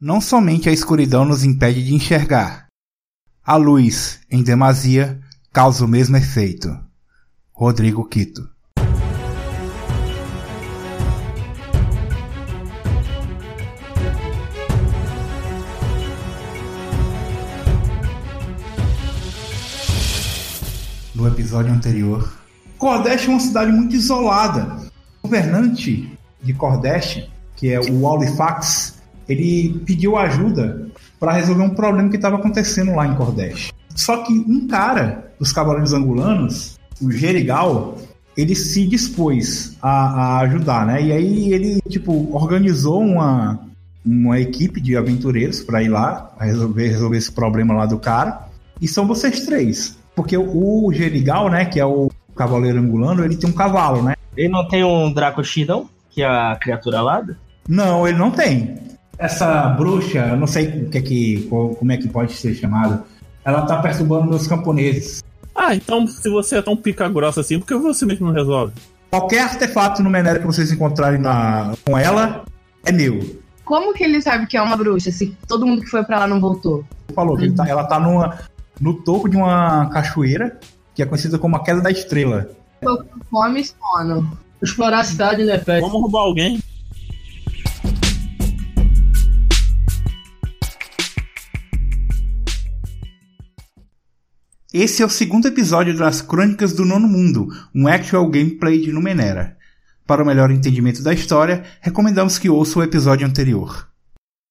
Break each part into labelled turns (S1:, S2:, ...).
S1: Não somente a escuridão nos impede de enxergar. A luz, em demasia, causa o mesmo efeito. Rodrigo Quito. No episódio anterior, Cordeste é uma cidade muito isolada. O governante de Cordeste, que é o Aulifax, ele pediu ajuda para resolver um problema que estava acontecendo lá em Cordeste. Só que um cara dos Cavaleiros Angolanos, o Gerigal, ele se dispôs a, a ajudar, né? E aí ele, tipo, organizou uma, uma equipe de aventureiros para ir lá resolver, resolver esse problema lá do cara. E são vocês três. Porque o Gerigal, né, que é o Cavaleiro Angolano, ele tem um cavalo, né?
S2: Ele não tem um Dracoshi, não? Que é a criatura alada?
S1: Não, ele não tem. Essa bruxa, eu não sei o que é que, co- como é que pode ser chamada, ela tá perturbando meus camponeses.
S3: Ah, então se você é tão pica grossa assim, por que você mesmo não resolve?
S1: Qualquer artefato no Menério que vocês encontrarem na, com ela é meu.
S4: Como que ele sabe que é uma bruxa se todo mundo que foi pra lá não voltou?
S1: Falou que ele tá- ela tá numa, no topo de uma cachoeira que é conhecida como a Queda da Estrela.
S4: Fome e sono.
S5: Explorar a cidade,
S4: é
S5: né, Pet?
S3: Vamos roubar alguém.
S1: Esse é o segundo episódio das Crônicas do Nono Mundo, um actual gameplay de Numenera. Para o melhor entendimento da história, recomendamos que ouça o episódio anterior.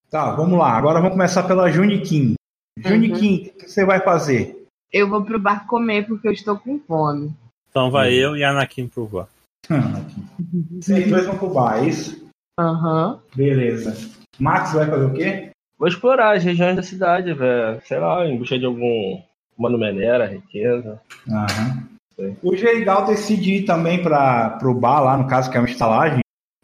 S1: Tá, vamos lá. Agora vamos começar pela Juniquim. Juniquim, o que você vai fazer?
S4: Eu vou pro bar comer porque eu estou com fome.
S3: Então vai eu e Anakin pro bar.
S1: Vocês dois vão pro bar, é isso?
S4: Aham.
S1: Beleza. Max vai fazer o quê?
S2: Vou explorar as regiões da cidade, velho. Sei lá, em busca de algum. Mano Menera, riqueza.
S1: Aham.
S2: Sei.
S1: O Gerigal decide ir também para o bar lá, no caso, que é uma estalagem.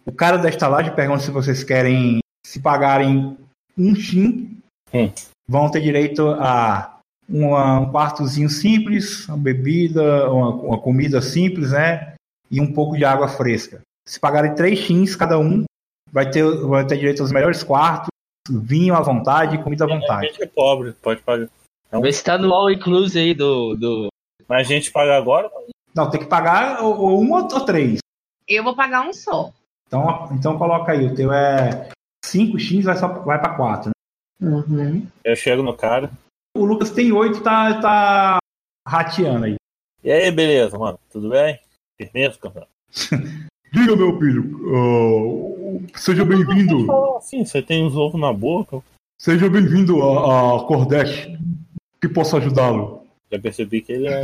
S1: O cara da estalagem pergunta se vocês querem se pagarem um chin.
S3: Hum.
S1: Vão ter direito a uma- um quartozinho simples, uma bebida, uma, uma comida simples, né? E um pouco de água fresca. Se pagarem três chins cada um, vai ter, vai ter direito aos melhores quartos, vinho à vontade e comida à
S3: A
S1: vontade.
S3: gente é pobre, pode pagar.
S2: Vê se tá no All Incluse aí do. do...
S3: Mas a gente paga agora?
S1: Não, tem que pagar ou, ou um ou ou três.
S4: Eu vou pagar um só.
S1: Então, então coloca aí, o teu é 5x, vai, só, vai pra 4. né?
S4: Uhum.
S3: Eu chego no cara.
S1: O Lucas tem 8, tá, tá rateando aí.
S3: E aí, beleza, mano? Tudo bem? Firmeza, campeão?
S1: Diga, meu filho, seja bem-vindo,
S3: Como assim? Você tem os ovos na boca?
S1: seja bem-vindo a, Cordeste, que possa ajudá-lo.
S3: Já percebi que ele é.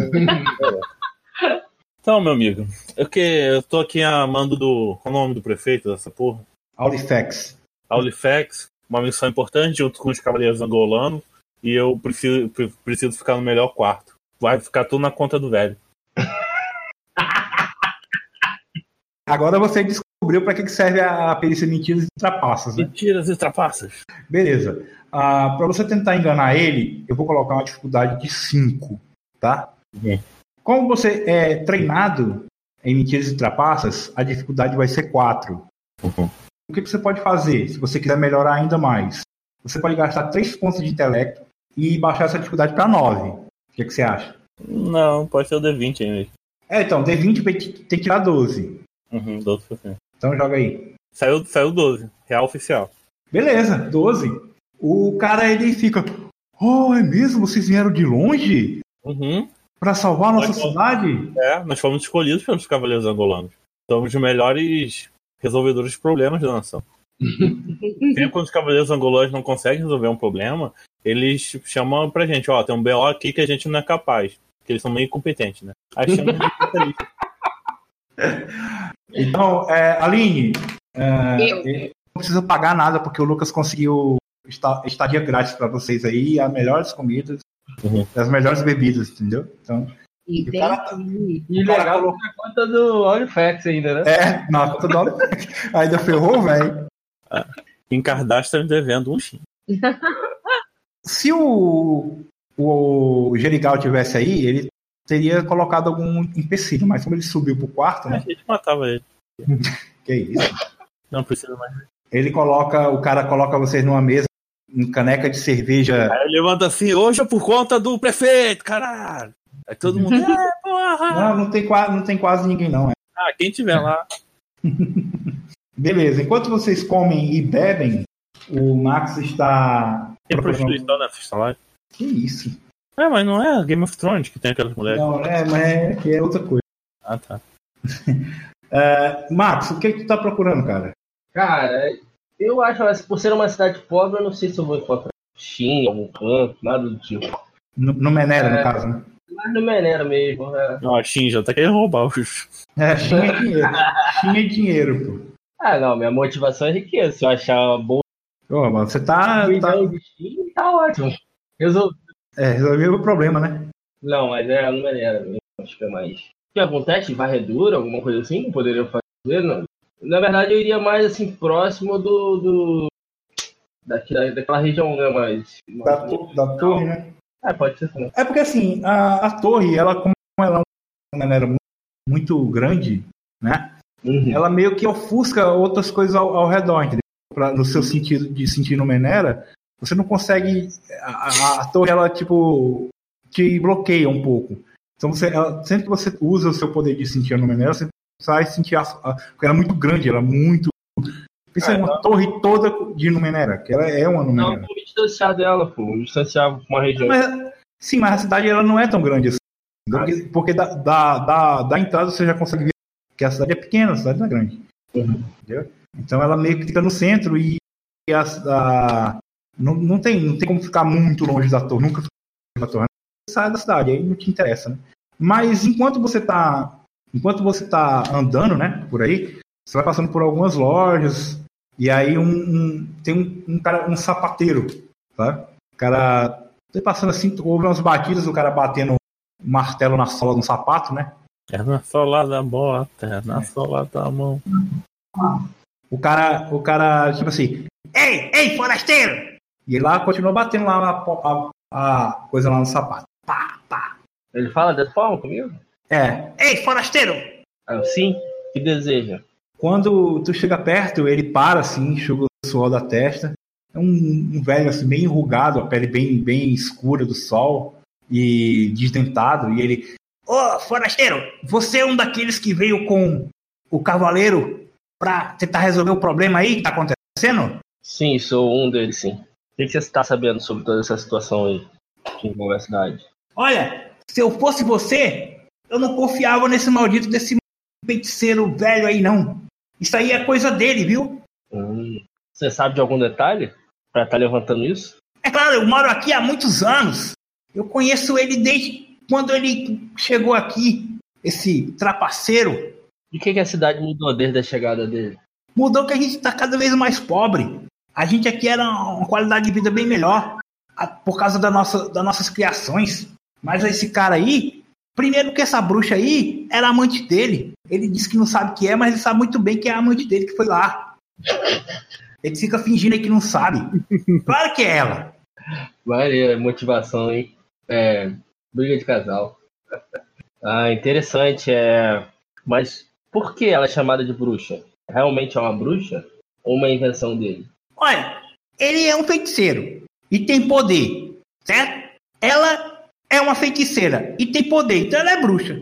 S3: então, meu amigo, eu, que, eu tô aqui a mando do. Qual é o nome do prefeito dessa porra?
S1: Aurifex.
S3: Aulifex, uma missão importante junto com os cavaleiros angolanos, e eu preciso, pre- preciso ficar no melhor quarto. Vai ficar tudo na conta do velho.
S1: Agora você descobriu pra que que serve a perícia de mentiras e trapaças, né?
S3: Mentiras e trapaças.
S1: Beleza. Ah, pra você tentar enganar ele, eu vou colocar uma dificuldade de 5, tá?
S3: É.
S1: Como você é treinado em mentiras e trapaças, a dificuldade vai ser 4. O que que você pode fazer se você quiser melhorar ainda mais? Você pode gastar 3 pontos de intelecto e baixar essa dificuldade para 9. O que, que você acha?
S3: Não, pode ser o D20 ainda.
S1: É, então, D20 tem que- tem que tirar 12.
S3: Uhum, 12%.
S1: Então joga aí.
S3: Saiu, saiu 12, real oficial.
S1: Beleza, 12. O cara ele fica. Oh, é mesmo? Vocês vieram de longe
S3: Uhum.
S1: para salvar a nossa
S3: Vai, vai.
S1: cidade?
S3: É, nós fomos escolhidos pelos cavaleiros angolanos. Somos os melhores resolvedores de problemas da nação. Sempre quando os cavaleiros angolanos não conseguem resolver um problema, eles chamam pra gente, ó, tem um BO aqui que a gente não é capaz. Porque eles são meio incompetentes, né? Aí chama de especialista.
S1: Então, é, Aline, é,
S4: Eu.
S1: é, não precisa pagar nada porque o Lucas conseguiu esta- estadia grátis para vocês aí, as melhores comidas,
S3: Uhum.
S1: as melhores bebidas, entendeu? Então,
S4: E tem
S1: cara
S2: E
S1: o cara
S2: legal
S1: colocou-
S2: na conta do Olifax ainda, né?
S1: é, na conta do Olivex. ainda ferrou, velho.
S3: Em cadastro me devendo um X.
S1: Se o, o Gerigal tivesse aí, ele teria colocado algum empecilho, mas como ele subiu pro quarto,
S3: A
S1: né?
S3: gente matava ele.
S1: Que isso.
S3: Não precisa mais.
S1: Ele coloca, o cara coloca vocês numa mesa em caneca de cerveja.
S3: Aí levanta assim, hoje é por conta do prefeito, caralho. Aí todo mundo, é, porra!
S1: Não, não tem, qua- não tem quase ninguém, não. é.
S3: Ah, quem tiver lá.
S1: Beleza, enquanto vocês comem e bebem, o Max está.
S3: Tem prostituição nessa história.
S1: Que isso?
S3: É, mas não é Game of Thrones que tem aquelas mulheres.
S1: Não, é, mas é, que é outra coisa.
S3: Ah, tá.
S1: É, Max, o que, que tu tá procurando, cara?
S2: Cara, eu acho, mas por ser uma cidade pobre, eu não sei se eu vou encontrar Steam, algum canto, nada do tipo.
S1: No, no Menera, no
S2: É.
S1: caso, né?
S2: Mas no Menera mesmo, né?
S3: Não, a Shin já tá querendo roubar os.
S1: É, tinha dinheiro. tinha dinheiro,
S2: Ah, não, minha motivação é riqueza. Se eu achar bom
S1: pô. Ô, mano, você tá, tá
S2: milhão de Steam, tá ótimo. Resolvi.
S1: é, resolveu o problema, né?
S2: Não, mas é no Menera mesmo, acho que é mais. O que acontece? Varredura, alguma coisa assim, que poderia fazer, não. Na verdade, eu iria mais assim, próximo do. do... Daqui, da- daquela região, né? Mas.
S1: Da, to- da torre, né?
S2: É, pode ser também.
S1: É porque assim, a, a torre, ela, como ela é uma Menera mu- muito grande,
S2: Uhum.
S1: ela meio que ofusca outras coisas ao, ao redor, entendeu? Pra- no seu sentido de sentir no Menera, você não consegue. A, a- a torre, ela, tipo, te bloqueia um pouco. Então, você, ela- sempre que você usa o seu poder de sentir no Menera, você sai sentir. A, a- porque ela é muito grande, ela é muito. Pensa
S2: Ah,
S1: em uma torre toda de Numenera, que ela é uma
S2: Não,
S1: Numenera.
S2: vou me distanciar dela, pô. Me distanciar pra uma região.
S1: Mas, sim, mas a cidade ela não é tão grande assim. entendeu? Porque, porque da, da, da, da entrada você já consegue ver que a cidade é pequena, a cidade não é grande.
S2: Uhum.
S1: Entendeu? Então ela meio que fica no centro e, e a, a- não, não, tem, não tem como ficar muito longe da torre, nunca fica longe da torre. Você sai da cidade, aí não te interessa, né? Mas enquanto você tá. Enquanto você tá andando, né, por aí, você vai passando por algumas lojas, e aí um, um- tem um, um cara, um sapateiro, sabe? O cara Tô passando assim, houve umas batidas, o cara batendo um martelo na sola de um sapato, né?
S3: É na sola da bota, é na sola da mão.
S1: O cara, o cara, tipo assim, ei, ei, forasteiro! E ele lá continuou batendo lá na po- a, a coisa lá no sapato.
S2: Ele fala dessa forma comigo?
S1: É, ei, forasteiro!
S2: Ah, sim, que deseja.
S1: Quando tu chega perto, ele para assim, enxuga o suor da testa. É um, um velho assim, bem enrugado, a pele bem, bem escura do sol e desdentado. E ele, ô forasteiro, você é um daqueles que veio com o cavaleiro pra tentar resolver o problema aí que tá acontecendo?
S2: Sim, sou um deles, sim. O que que você está sabendo sobre toda essa situação aí que envolve a cidade?
S1: Olha, se eu fosse você, eu não confiava nesse maldito desse feiticeiro velho aí não. Isso aí é coisa dele, viu?
S2: Hum, Você sabe de algum detalhe para estar levantando isso?
S1: É claro, eu moro aqui há muitos anos. Eu conheço ele desde quando ele chegou aqui, esse trapaceiro.
S2: E o que, que a cidade mudou desde a chegada dele?
S1: Mudou que a gente está cada vez mais pobre. A gente aqui era uma qualidade de vida bem melhor a- por causa da nossa, das nossas criações. Mas esse cara aí, primeiro que essa bruxa aí era amante dele. Ele disse que não sabe o que é, mas ele sabe muito bem que é a amante dele que foi lá. Ele fica fingindo aí que não sabe. Claro que é ela.
S2: Maria, motivação, hein? É, briga de casal. ah, interessante. É... Mas por que ela é chamada de bruxa? Realmente é uma bruxa? Ou uma invenção dele?
S1: Olha, ele é um feiticeiro e tem poder, certo? Ela é uma feiticeira e tem poder, então ela é bruxa.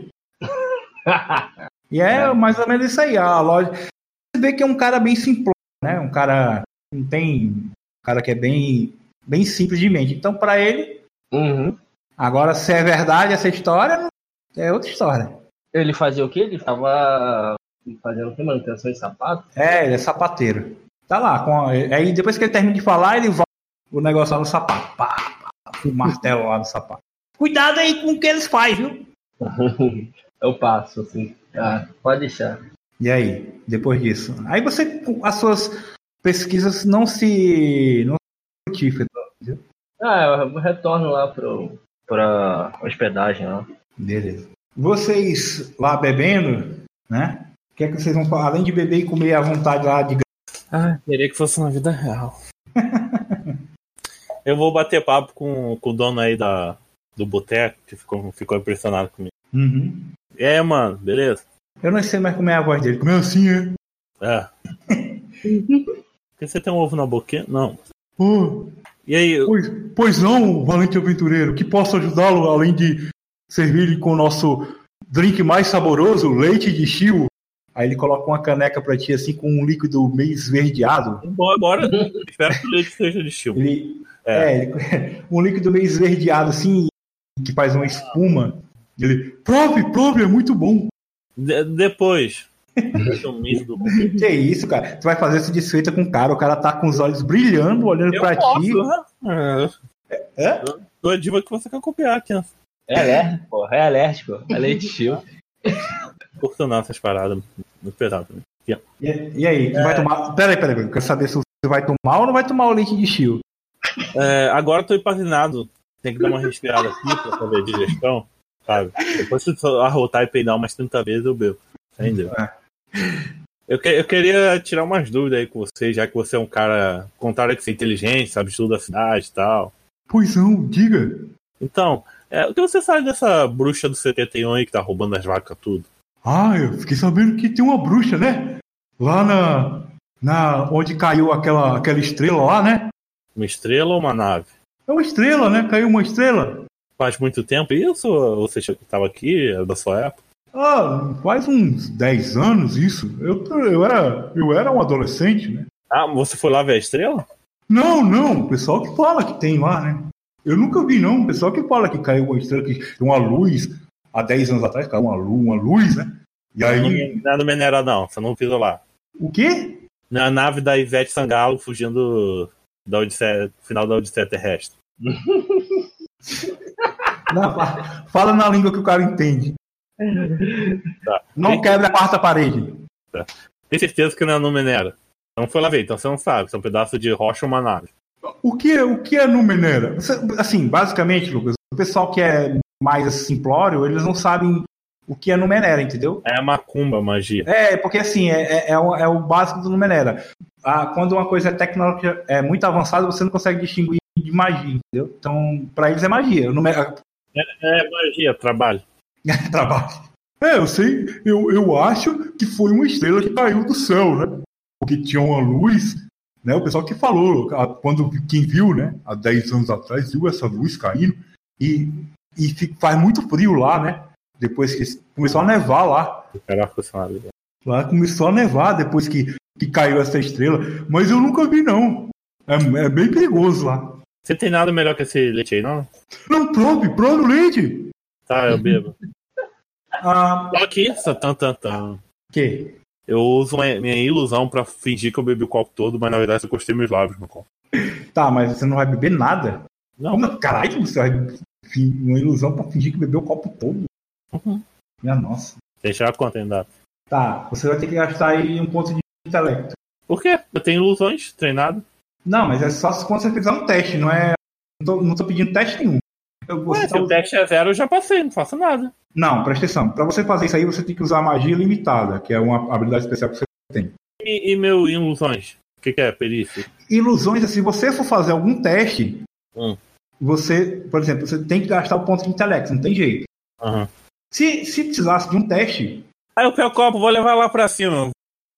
S1: E é mais ou menos isso aí, a loja. Você vê que é um cara bem simplório, né? Um cara não tem, um cara que é bem bem simples de mente. Então pra ele,
S2: Uhum.
S1: agora se é verdade essa história, não- é outra história.
S2: Ele fazia o quê? Ele tava fazendo o quê? Manutenção de sapato?
S1: É, ele é sapateiro. Tá lá, com a- aí depois que ele termina de falar, ele volta o negócio lá no sapato. Pá, pá, o martelo lá no sapato. Cuidado aí com o que eles fazem, viu?
S2: Eu passo, assim. Ah, pode deixar.
S1: E aí, depois disso? Aí você, as suas pesquisas não se. não se frutíferam,
S2: Ah, eu retorno lá pro, pra hospedagem lá.
S1: Beleza. Vocês lá bebendo, né? O que é que vocês vão falar? Além de beber e comer à vontade lá de.
S3: Ah, queria que fosse na vida real. Eu vou bater papo com, com o dono aí da, do boteco, que ficou, ficou impressionado comigo.
S1: Uhum.
S3: E aí, mano, beleza?
S1: Eu não sei mais como é a voz dele. Comeu assim, é?
S3: É. Por que você tem um ovo na boquinha? Não.
S1: Uh,
S3: E aí,
S1: Pois, pois não, valente aventureiro, que posso ajudá-lo além de servir-lhe com o nosso drink mais saboroso, leite de chio. Aí ele coloca uma caneca pra ti, assim, com um líquido meio esverdeado.
S3: bora, bora. espero que o leite seja de estilo.
S1: Ele,
S3: É.
S1: é, ele- um líquido meio esverdeado, assim, que faz uma espuma. Ele, prove, prove, é muito bom.
S3: De- depois. Deixa eu misto do
S1: Que isso, cara? Tu vai fazer essa desfeita com o cara, o cara tá com os olhos brilhando, olhando
S3: Eu
S1: pra ti.
S3: posso, né? É.
S1: É?
S3: Tu é diva que você quer copiar, né? Ken.
S2: É alérgico, porra. É alérgico. É leite chill.
S3: Curto não essas paradas. Muito pesado. né?
S1: E, e aí, tu vai tomar. Peraí, peraí, peraí, eu quero saber se você vai tomar ou não vai tomar o leite de chio.
S3: É, agora eu tô empazinado. Tem que dar uma respirada aqui pra fazer a digestão. Sabe? Depois se tu arrotar e peidar umas 30 vezes, eu bebo. Entendeu? Eu, que- eu queria tirar umas dúvidas aí com você, já que você é um cara, contrário que você é inteligente, sabe, estuda a cidade e tal.
S1: Pois não, diga.
S3: Então, é, o que você sabe dessa bruxa do 71 aí que tá roubando as vacas tudo?
S1: Ah, eu fiquei sabendo que tem uma bruxa, né? Lá na. na onde caiu aquela, aquela estrela lá, né?
S3: Uma estrela ou uma nave?
S1: É uma estrela, né? Caiu uma estrela.
S3: Faz muito tempo isso? Ou você estava aqui, era da sua época?
S1: Ah, faz uns 10 anos isso. Eu, eu, era, eu era um adolescente, né?
S3: Ah, você foi lá ver a estrela?
S1: Não, não, o pessoal que fala que tem lá, né? Eu nunca vi, não. O pessoal que fala que caiu uma estrela, que tem uma luz, há 10 anos atrás caiu uma luz, uma luz, né? E
S3: Não
S1: aí.
S3: é nada mineral, não. Você não pisou lá.
S1: O quê?
S3: Na nave da Ivete Sangalo fugindo da Odisseia, final da Odisseia Terrestre.
S1: Não, fa- fala na língua que o cara entende. Não quebra a quarta parede.
S3: Tem certeza que não é no Minera. Não foi lá ver, então você não sabe. Isso é um pedaço de rocha ou uma nave.
S1: O que, o que é Numenera? Você- Assim, basicamente, Lucas, o pessoal que é mais simplório, eles não sabem o que é Numenera, entendeu?
S3: É macumba, magia.
S1: É, porque assim, é, é- é o, é o básico do Numenera. Ah, quando uma coisa é tecnológica é muito avançada, você não consegue distinguir de magia, entendeu? Então, pra eles é magia. Numenera,
S3: É magia, trabalho.
S1: trabalho. É, eu sei, eu, eu acho que foi uma estrela que caiu do céu, né? Porque tinha uma luz, né? O pessoal que falou, a- quando quem viu, né? Há 10 anos atrás, viu essa luz caindo e, e fi- faz muito frio lá, né? Depois que começou a nevar lá.
S3: O cara funcionário.
S1: Lá começou a nevar depois que, que caiu essa estrela. Mas eu nunca vi, não. É, é bem perigoso lá.
S3: Você tem nada melhor que esse leite aí, não?
S1: Não, prove, prove o leite.
S3: Tá,
S1: Uhum.
S3: eu bebo.
S1: Ah,
S3: Só que tá, isso, tan, tan, tan.
S1: que?
S3: Eu uso uma- minha ilusão pra fingir que eu bebi o copo todo, mas na verdade eu gostei meus lábios no copo.
S1: Tá, mas você não vai beber nada?
S3: Não,
S1: Não, caralho, você vai fi- uma ilusão pra fingir que bebeu o copo todo.
S3: Uhum.
S1: Minha nossa.
S3: deixar a conta ainda.
S1: Tá, você vai ter que gastar aí um ponto de intelecto.
S3: Por quê? Eu tenho ilusões treinado.
S1: Não, mas é só se quando você fizer um teste, não é. Não tô, não tô pedindo teste nenhum. Eu- você
S3: Ué,
S1: tá
S3: se o
S1: us-
S3: teste é zero, eu já passei, não faço nada.
S1: Não, presta atenção. Pra você fazer isso aí, você tem que usar magia limitada, que é uma habilidade especial que você.
S3: E, e meu ilusões? O que, que é perícia?
S1: Ilusões, assim, se você for fazer algum teste,
S3: Hum.
S1: você, por exemplo, você tem que gastar o ponto de intelecto, não tem jeito.
S3: Aham.
S1: Se, se precisasse de um teste,
S3: Aí eu pego o copo, vou levar lá pra cima.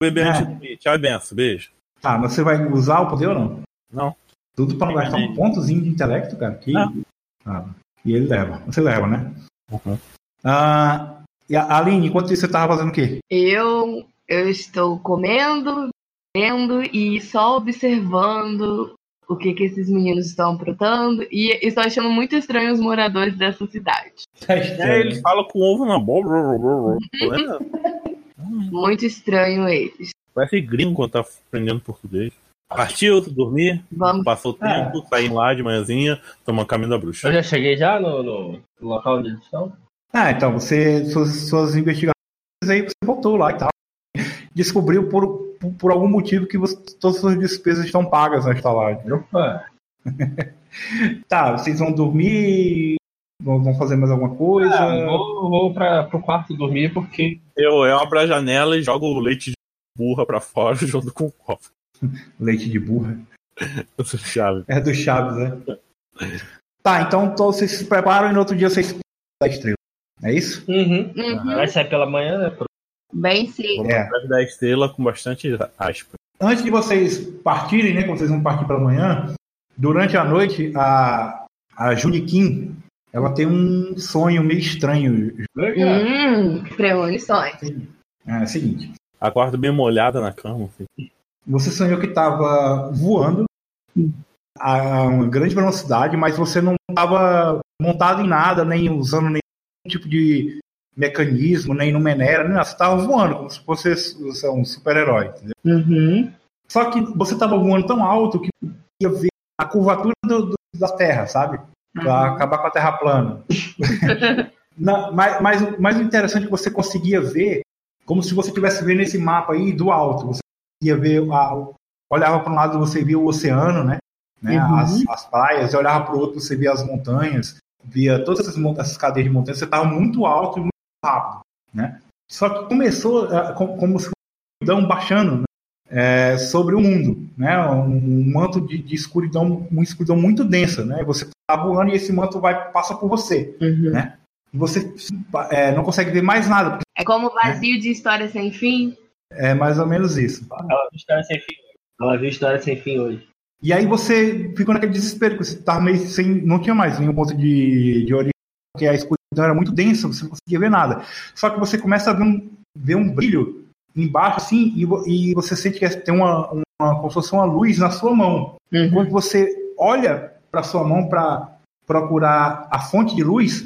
S3: Bebê
S1: É.
S3: antes de dormir. Tchau e benção. Beijo.
S1: Tá, mas você vai usar o poder ou não?
S3: Não.
S1: Tudo pra não
S3: Tem
S1: gastar um
S3: maneira.
S1: pontozinho de intelecto, cara? Que...
S3: Ah.
S1: Ah, e ele leva. Você leva, né?
S3: Uhum.
S1: Ah, e a Aline, enquanto isso, você tava fazendo o quê?
S4: Eu, eu estou comendo, vendo e só observando o que, que esses meninos estão aprontando e e estou achando muito estranho os moradores dessa cidade.
S3: É, eles falam com ovo na boca. Tá vendo?
S4: Muito estranho eles.
S3: Parece gringo quando tá aprendendo português. Partiu, dormir,
S4: Vamos.
S3: passou o
S1: É.
S3: tempo, saí lá de manhãzinha, tomando caminho da bruxa.
S2: Eu já cheguei já no, no local onde eles estão?
S1: Ah, então, você, suas, suas investigações aí, você voltou lá e tal. Descobriu por, por, por algum motivo que você- todas as suas despesas estão pagas na estalagem. entendeu?
S2: Opa.
S1: Tá, vocês vão dormir, vão, vão fazer mais alguma coisa.
S2: Ah, vou vou pra, pro quarto dormir porque
S3: Eu, eu abro a janela e jogo o leite de burra pra fora junto com o copo.
S1: Leite de burra.
S3: Essa chave.
S1: É do Chaves, né? tá, então to- vocês se preparam e no outro dia vocês da estrela. É isso?
S2: Uhum.
S4: Uhum.
S2: Vai sair pela manhã, né? pro-
S4: Bem sim.
S3: Vamos
S1: É.
S3: atrás da estrela com bastante aspas.
S1: Antes de vocês partirem, né? Quando vocês vão partir pela manhã, Durante a noite, a, a Juniquim, ela tem um sonho meio estranho.
S2: Legal.
S4: Hum, premonições.
S1: É o seguinte,
S3: Acorda bem molhada na cama. assim.
S1: você sonhou que estava voando a uma grande velocidade, mas você não estava montado em nada, nem usando nenhum tipo de mecanismo, nem no Menera, nem nada. Você estava voando, como se fosse você é um super-herói. entendeu?
S4: Uhum.
S1: Só que você estava voando tão alto que ia ver a curvatura do- do- da Terra, sabe? Pra acabar com a Terra plana. Na- mas, mas, o- mas o interessante é que você conseguia ver, como se você estivesse vendo esse mapa aí do alto. Você conseguia ver, a- olhava para um lado você via o oceano, né? Né?
S4: Uhum.
S1: As, as praias, e olhava para o outro você via as montanhas, via todas essas, mon- essas cadeias de montanha. Você estava muito alto e muito rápido, né? Só que começou eh, com- como se fosse uma escuridão baixando, né? É, sobre o mundo, né? Um, um manto de, de escuridão, uma escuridão muito densa, né? Você tá voando e esse manto vai passa por você
S4: Uhum.
S1: e você é, não consegue ver mais nada, porque
S4: É como o vazio de história sem fim.
S1: é mais ou menos isso.
S2: Ela viu história sem fim. Ela viu história sem fim hoje.
S1: E aí você ficou naquele desespero, que você tava meio sem. não tinha mais nenhum ponto de, de origem, porque a escuridão era muito densa, você não conseguia ver nada. Só que você começa a ver um, ver um brilho embaixo, assim, e, vo- e você sente que é, tem uma, uma. como se fosse uma luz na sua mão.
S4: Uhum.
S1: Quando você olha para sua mão para procurar a fonte de luz,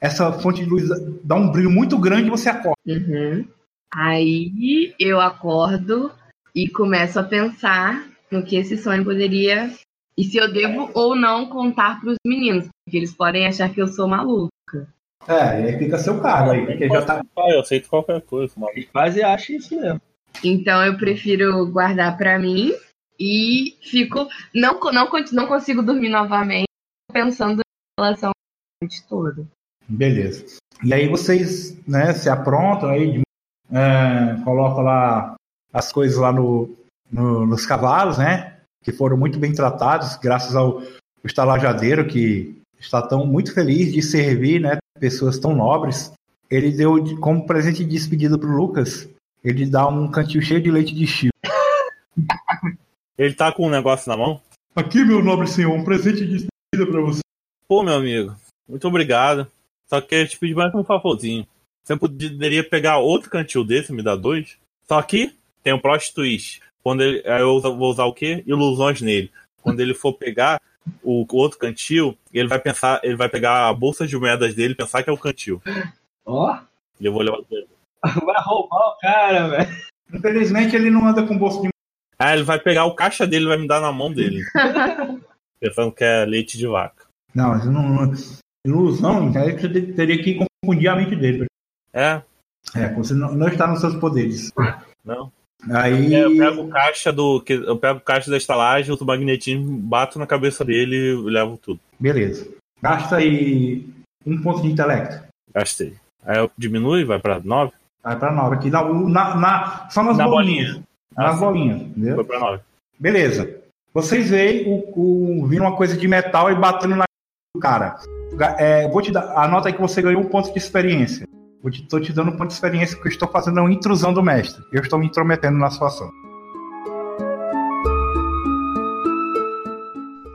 S1: essa fonte de luz dá um brilho muito grande e você acorda.
S4: Uhum. Aí eu acordo e começo a pensar no que esse sonho poderia. E se eu devo ou não contar pros meninos, porque eles podem achar que eu sou maluca.
S1: É, e aí fica a seu cargo aí, porque já tá.
S3: Ah, eu aceito qualquer coisa, maluco.
S2: Eles quase acham isso mesmo.
S4: Então eu prefiro guardar pra mim e fico. Não, co- não, con- não consigo dormir novamente pensando em relação à noite toda.
S1: Beleza. E aí vocês né, se aprontam aí, de- é, colocam lá as coisas lá no, no- nos cavalos, né? Que foram muito bem tratados, graças ao estalajadeiro que está tão muito feliz de servir, né? Pessoas tão nobres. Ele deu de- como presente de despedida pro Lucas, ele dá um cantil cheio de leite de chifre.
S3: Ele tá com um negócio na mão?
S1: Aqui, meu nobre senhor, um presente de despedida para você.
S3: Pô, meu amigo, muito obrigado. Só queria te pedir mais um favorzinho. Você poderia pegar outro cantil desse, me dá dois? Só que tem um plot twist. Quando ele, aí eu vou usar o quê? Ilusões nele. Quando ele for pegar o outro cantil, ele vai pensar, ele vai pegar a bolsa de moedas dele e pensar que é o cantil.
S2: Ó,
S3: E eu vou levar dele.
S2: vai roubar o cara, velho.
S1: Infelizmente, ele não anda com bolso de
S3: Ah, ele vai pegar o caixa dele e vai me dar na mão dele. Pensando que é leite de vaca.
S1: Não, mas não, não- ilusão, né? aí você te- teria que confundir a mente dele.
S3: É,
S1: É, você não, não está nos seus poderes.
S3: não.
S1: Aí.
S3: É, eu pego o caixa do. que- Eu pego o caixa da estalagem, uso o magnetismo, bato na cabeça dele e levo tudo.
S1: Beleza. Gasta aí um ponto de intelecto.
S3: Gastei. Aí eu diminui, vai pra 9?
S1: Vai pra nove aqui. Na, na, na- só nas
S3: Na
S1: bolinhas.
S3: bolinha.
S1: Nas
S3: Ah, sim.
S1: bolinhas, entendeu?
S3: Foi pra 9.
S1: Beleza. Vocês veem o, o vindo uma coisa de metal e batendo na do cara. Ga- É, vou te dar. Anota aí que você ganhou um ponto de experiência. Vou te, tô te dando um ponto de experiência porque eu estou fazendo uma intrusão do mestre. Eu estou me intrometendo na situação.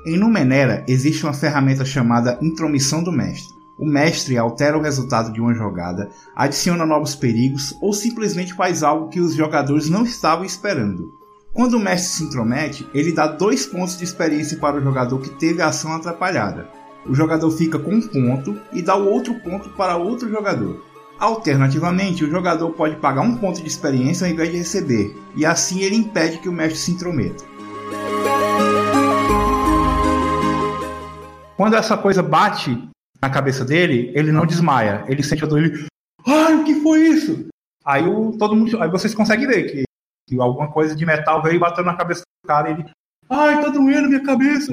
S1: Em Numenera existe uma ferramenta chamada intromissão do mestre. O mestre altera o resultado de uma jogada, adiciona novos perigos ou simplesmente faz algo que os jogadores não estavam esperando. Quando o mestre se intromete, ele dá dois pontos de experiência para o jogador que teve a ação atrapalhada. O jogador fica com um ponto e dá o outro ponto para outro jogador. Alternativamente, o jogador pode pagar um ponto de experiência ao invés de receber, e assim ele impede que o mestre se intrometa. Quando essa coisa bate na cabeça dele, ele não desmaia, ele sente a dor, ele. Ai, o que foi isso? Aí o, todo mundo. Aí vocês conseguem ver que que alguma coisa de metal veio batendo na cabeça do cara e ele. Ai, tá doendo minha cabeça.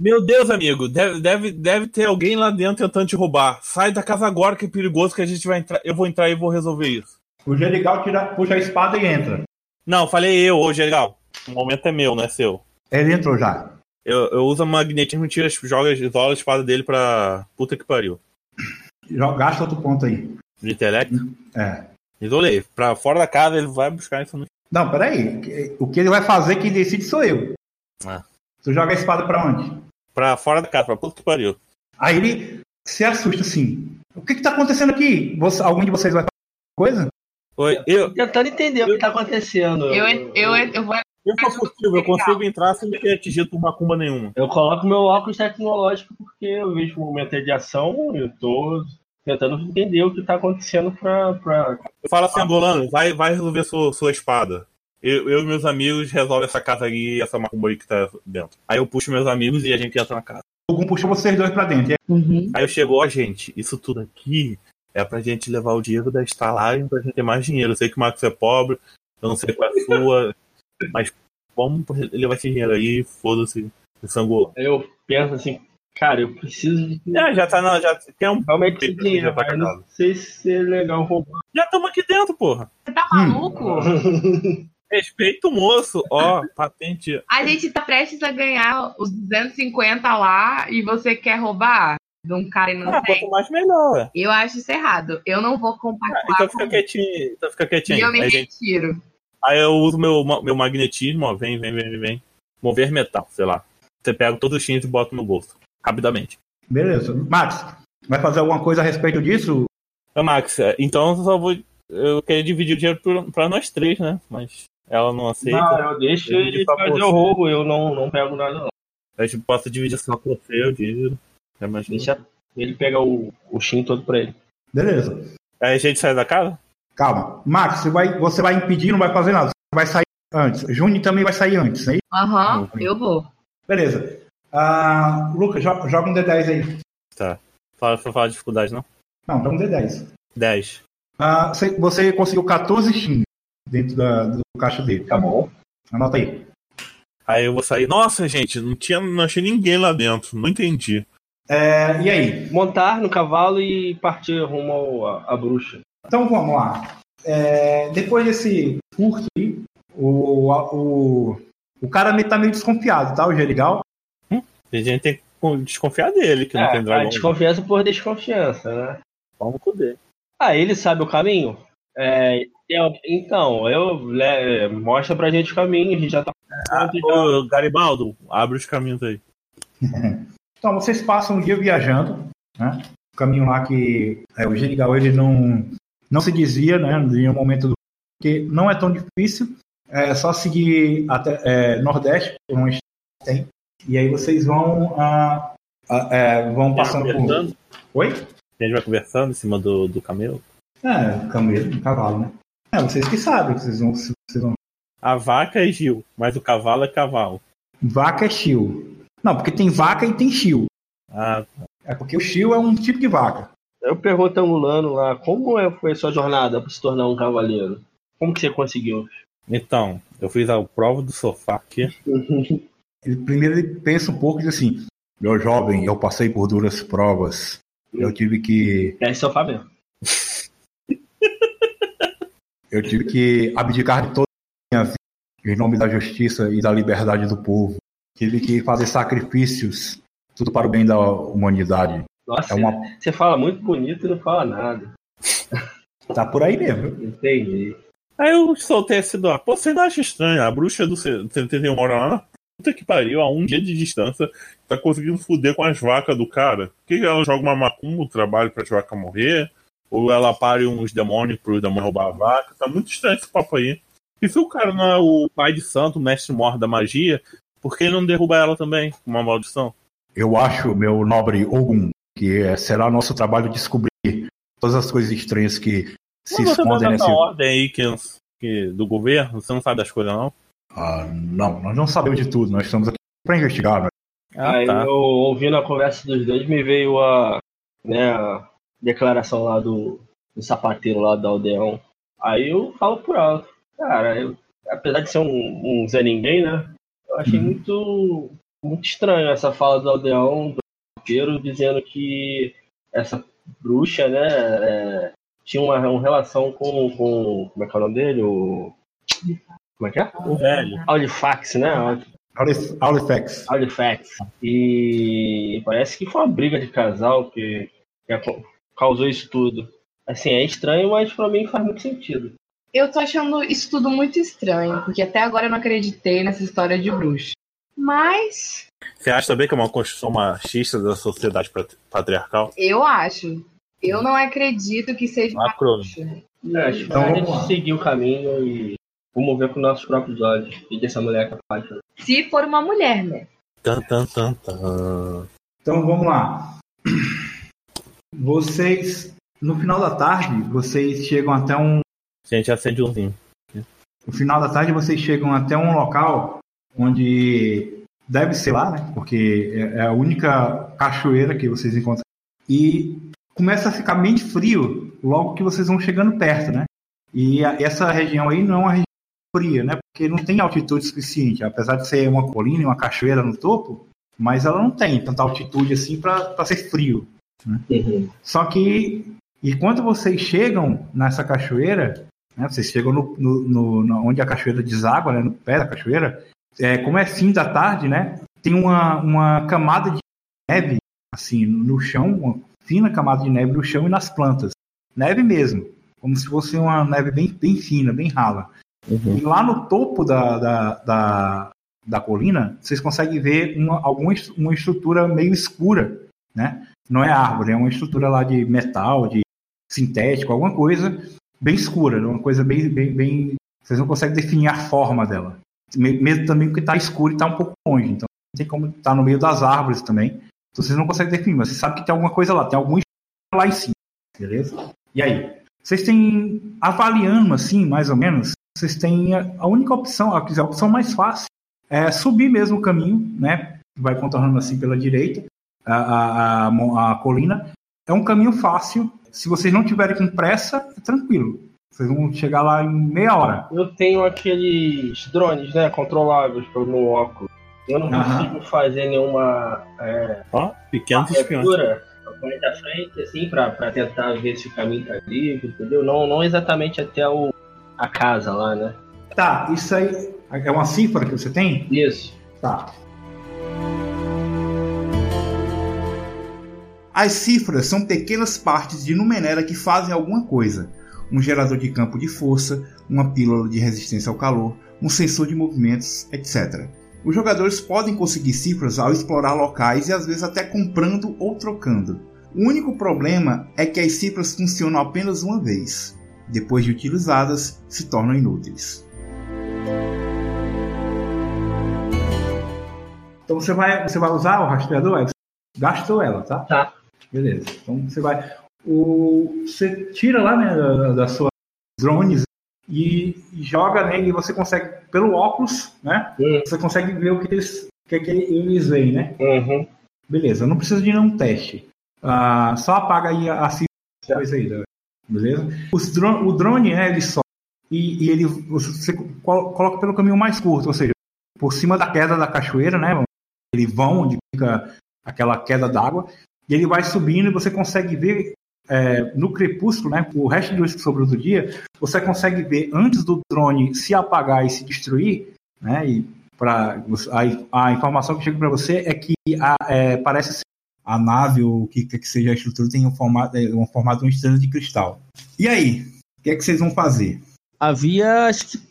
S3: Meu Deus, amigo, deve, deve, deve ter alguém lá dentro tentando te roubar. Sai da casa agora que é perigoso que a gente vai entrar. Eu vou entrar e vou resolver isso.
S1: O Gerigal tira, é puxa a espada e entra.
S3: Não, falei eu, ô Geral. O momento é meu, não é seu.
S1: Ele entrou já.
S3: Eu, eu uso magnetismo, tira, as- joga, isola a espada dele pra. Puta que pariu.
S1: Já Gasta outro ponto aí.
S3: De intelecto.
S1: É.
S3: Isolei. Pra fora da casa ele vai buscar isso no.
S1: Não, peraí. O que ele vai fazer, quem decide sou eu.
S3: Ah.
S1: Tu joga a espada pra onde?
S3: Pra fora da casa, pra puta que pariu.
S1: Aí ele se assusta assim. O que que tá acontecendo aqui? Você- algum de vocês vai fazer alguma coisa?
S3: Oi, eu,
S2: Tentando entender o que tá acontecendo.
S4: Eu, eu, eu vou.
S3: eu faço possível, eu consigo entrar sem ter atingido por macumba nenhuma.
S2: Eu coloco meu óculos tecnológico porque eu vejo que o momento é de ação, eu tô tentando entender o que tá acontecendo pra. pra...
S3: Eu falo assim, Angolano, vai, vai resolver sua, sua espada. Eu, eu e meus amigos resolve essa casa aí, essa macumba aí que tá dentro. Aí eu puxo meus amigos e a gente entra na casa.
S1: Algum puxou vocês dois pra dentro. E
S4: Uhum.
S3: Aí eu chego, ó, gente, isso tudo aqui é pra gente levar o dinheiro da estalagem pra gente ter mais dinheiro. Eu sei que o Marcos é pobre, eu não sei qual é a sua, mas vamos levar esse dinheiro aí, foda-se, esse angolano.
S2: Eu penso assim, cara, eu preciso de.
S3: É, já tá na. Já tem um.
S2: Realmente preciso de
S3: Já
S2: dinheiro,
S3: tá
S2: mas eu não
S3: casado.
S2: sei se é legal roubar.
S3: Já estamos aqui dentro, porra.
S4: Você tá
S3: Hum.
S4: maluco?
S3: Respeita o moço, ó, patente.
S4: A gente tá prestes a ganhar os 250 lá e você quer roubar de um cara e não
S3: Ah,
S4: tem?
S3: quanto mais melhor, ué.
S4: Eu acho isso errado. Eu não vou compartilhar.
S3: Então fica
S4: com-
S3: quietinho, então fica
S4: e
S3: quietinho.
S4: eu me
S3: Aí, gente,
S4: retiro.
S3: aí eu uso meu, meu magnetismo, ó, vem, vem, vem, vem, vem. Mover metal, sei lá. Você pega todos os tins e bota no bolso, rapidamente.
S1: Beleza. Max, vai fazer alguma coisa a respeito disso?
S3: Ô, Max, é, então eu só vou. Eu queria dividir o dinheiro por- pra nós três, né? Mas ela não aceita.
S2: Não, Ah, eu deixo
S3: Ele
S2: ele
S3: tá
S2: fazer
S3: posto.
S2: o roubo, eu não, não pego nada, não.
S3: A gente possa dividir só com você É, o dinheiro. Já imagina.
S2: Deixa ele pegar o, o chin todo pra ele.
S1: Beleza.
S3: Aí a gente sai da casa?
S1: Calma. Max, você vai, você vai impedir, não vai fazer nada. Você vai sair antes. Juni também vai sair antes, aí?
S4: Aham,
S3: Não,
S4: eu vou.
S1: Beleza. Ah, Lucas, jo- joga um D10 aí.
S3: Tá. Fala, fala, fala dificuldade, não?
S1: Não, joga um D10.
S3: 10.
S1: Ah, você, você conseguiu 14 Steam dentro da- do caixa dele.
S2: Tá bom.
S1: Anota aí.
S3: Aí eu vou sair. Nossa, gente, não tinha. Não achei ninguém lá dentro. Não entendi.
S1: É, e aí?
S2: Montar no cavalo e partir rumo ao- à à bruxa.
S1: Então vamos lá. É, depois desse furto aí, o, a- o, o cara meio, tá meio desconfiado, tá? O Gerigal.
S3: A gente tem que desconfiar dele, que não
S2: É,
S3: tem
S2: a
S3: dragão. né?
S2: desconfiança por desconfiança, né?
S3: Vamos com o dele.
S2: Ah, ele sabe o caminho? É, eu- então, eu le- mostra pra gente o caminho, a gente já tá.
S3: Ah, ô, Garibaldo, abre os caminhos aí.
S1: Então, vocês passam um dia viajando, né? O caminho lá que é, o Genigal ele não, não se desvia, né? Em nenhum momento do. Porque não é tão difícil. É só seguir até é, Nordeste, por onde tem. E aí vocês vão. ah, ah, é, vão
S3: A gente vai
S1: passando por.
S3: Tá conversando,
S1: Oi?
S3: a gente vai conversando em cima do, do camelo.
S1: É, camelo, cavalo, né? É, vocês que sabem, vocês vão. Vocês vão...
S3: A vaca é Gil, mas o cavalo é cavalo.
S1: Vaca é chio. Não, porque tem vaca e tem chio.
S3: Ah,
S1: É porque o chio é um tipo de vaca.
S2: Eu pergunto ao Angolano lá, como é, foi a sua jornada pra se tornar um cavaleiro? Como que você conseguiu?
S3: Então, eu fiz a prova do sofá aqui.
S1: Ele, primeiro ele pensa um pouco e diz assim: Meu jovem, eu passei por duras provas. Eu tive que,
S2: É esse sofá mesmo.
S1: eu tive que abdicar de toda a minha vida em nome da justiça e da liberdade do povo. Tive que fazer sacrifícios, tudo para o bem da humanidade.
S2: Nossa,
S1: É uma,
S2: você fala muito bonito e não fala nada.
S1: tá por aí mesmo.
S2: Entendi.
S3: Aí eu soltei esse dó. Pô, você não acha estranho? A bruxa do 71 mora lá na puta que pariu, a um dia de distância, tá conseguindo foder com as vacas do cara. Por que que ela joga uma macumba no trabalho pra as vacas morrer? Ou ela pare uns demônios pro demônio roubar a vaca? Tá muito estranho esse papo aí. E se o cara não é o pai de santo, o mestre mor da magia, por que ele não derruba ela também com uma maldição?
S1: Eu acho, meu nobre Ogum, que é- será nosso trabalho descobrir todas as coisas estranhas que se
S3: Mas você tá
S1: escondem né,
S3: nessa
S1: nesse.
S3: ordem aí que, que- do governo, você não sabe das coisas, não?
S1: Ah, não, nós não sabemos de tudo, nós estamos aqui para investigar. né?
S3: Ah,
S2: Aí Ah,
S3: tá.
S2: eu, ouvindo a conversa dos dois, me veio a, né, a declaração lá do, do sapateiro lá do aldeão. Aí eu falo por alto. Cara, eu- apesar de ser um, um Zé Ninguém, né? Eu achei
S1: Uhum.
S2: muito, muito estranho essa fala do aldeão, do sapateiro, dizendo que essa bruxa, né, é, tinha uma, uma relação com, com. Como é que é o nome dele? O, como é que é?
S3: O velho.
S2: Aulifax, né?
S1: Aulif- Aulifex.
S2: Halifax. E parece que foi uma briga de casal que, que aco- causou isso tudo. Assim, é estranho, mas pra mim faz muito sentido.
S4: Eu tô achando isso tudo muito estranho, porque até agora eu não acreditei nessa história de bruxa. Mas
S3: Você acha também que é uma construção machista da sociedade pat- patriarcal?
S4: eu acho. Eu não acredito que seja uma
S3: Macron.
S4: bruxa.
S2: É, acho
S1: Então,
S2: que a
S1: vamos
S2: gente
S1: lá.
S2: seguir o caminho e vamos ver com nossos próprios olhos o que essa mulher é capaz de fazer.
S4: Se for uma mulher, né?
S3: Tan, tan, tan, tan.
S1: Então vamos lá. Vocês, no final da tarde, vocês chegam até um.
S3: Gente, acende um umzinho.
S1: No final da tarde, vocês chegam até um local onde deve ser lá, né? Porque é é a única cachoeira que vocês encontram. E começa a ficar bem frio logo que vocês vão chegando perto, né? E a- essa região aí não é uma região fria, né? Porque não tem altitude suficiente. Apesar de ser uma colina e uma cachoeira no topo, mas ela não tem tanta altitude assim para ser frio. Só que enquanto vocês chegam nessa cachoeira, né, vocês chegam no, no- no- no- onde a cachoeira deságua, né, no pé da cachoeira, é, como é fim da tarde, né, tem uma, uma camada de neve assim no chão, uma fina camada de neve no chão e nas plantas. Neve mesmo, como se fosse uma neve bem, bem fina, bem rala.
S3: Uhum.
S1: E lá no topo da, da, da, da colina, vocês conseguem ver uma, alguma estru- uma estrutura meio escura, né? Não é árvore, é uma estrutura lá de metal, de sintético, alguma coisa bem escura, né? uma coisa bem, bem, bem... Vocês não conseguem definir a forma dela. Me- Mesmo também porque está escuro e está um pouco longe, então não tem como estar no meio das árvores também. Então vocês não conseguem definir, mas vocês sabem que tem alguma coisa lá, tem alguma estrutura lá em cima, beleza? E aí? Vocês têm, avaliando assim, mais ou menos, vocês têm a, a única opção, a, quer dizer, a opção mais fácil é subir mesmo o caminho, né? Vai contornando assim pela direita a, a, a, mo- a colina. É um caminho fácil. Se vocês não tiverem com pressa, é tranquilo. Vocês vão chegar lá em meia hora.
S2: Eu tenho aqueles drones, né, controláveis pro- no óculos. Eu não
S1: Aham.
S2: consigo fazer nenhuma
S3: Ó, pequenos espiões.
S2: abertura. É Eu ponho da frente, assim, pra, pra tentar ver se o caminho tá livre, entendeu? Não, não exatamente até o, a casa lá, né?
S1: Tá, isso aí é uma cifra que você tem?
S2: Isso.
S1: Tá. As cifras são pequenas partes de Numenera que fazem alguma coisa. Um gerador de campo de força, uma pílula de resistência ao calor, um sensor de movimentos, etc. Os jogadores podem conseguir cifras ao explorar locais e às vezes até comprando ou trocando. O único problema é que as cifras funcionam apenas uma vez. Depois de utilizadas, se tornam inúteis. Então você vai, você vai usar o rastreador? Aí você Gastou ela, tá?
S2: Tá.
S1: Beleza. Então você vai. O, você tira lá né, da, da sua drones e joga nele e você consegue, pelo óculos, né?
S2: Hum.
S1: Você consegue ver o que eles, o que, é que eles veem, né?
S2: Uhum.
S1: Beleza, não precisa de nenhum teste. Ah, só apaga aí a, a cifra
S2: Tá.
S1: coisa aí, né? beleza? Os dro- o drone, né, ele sobe e, e ele você col- coloca pelo caminho mais curto, ou seja, por cima da queda da cachoeira, né? Ele vão onde fica aquela queda d'água e ele vai subindo e você consegue ver é, no crepúsculo, né? O resto de luz que sobrou do dia, você consegue ver antes do drone se apagar e se destruir, né? E pra, a, a informação que chega para você é que a, é, parece ser a nave ou o que quer que seja a estrutura tem um formato, é, um formato de uma estrela de cristal. E aí? O que é que vocês vão fazer?
S2: havia acho que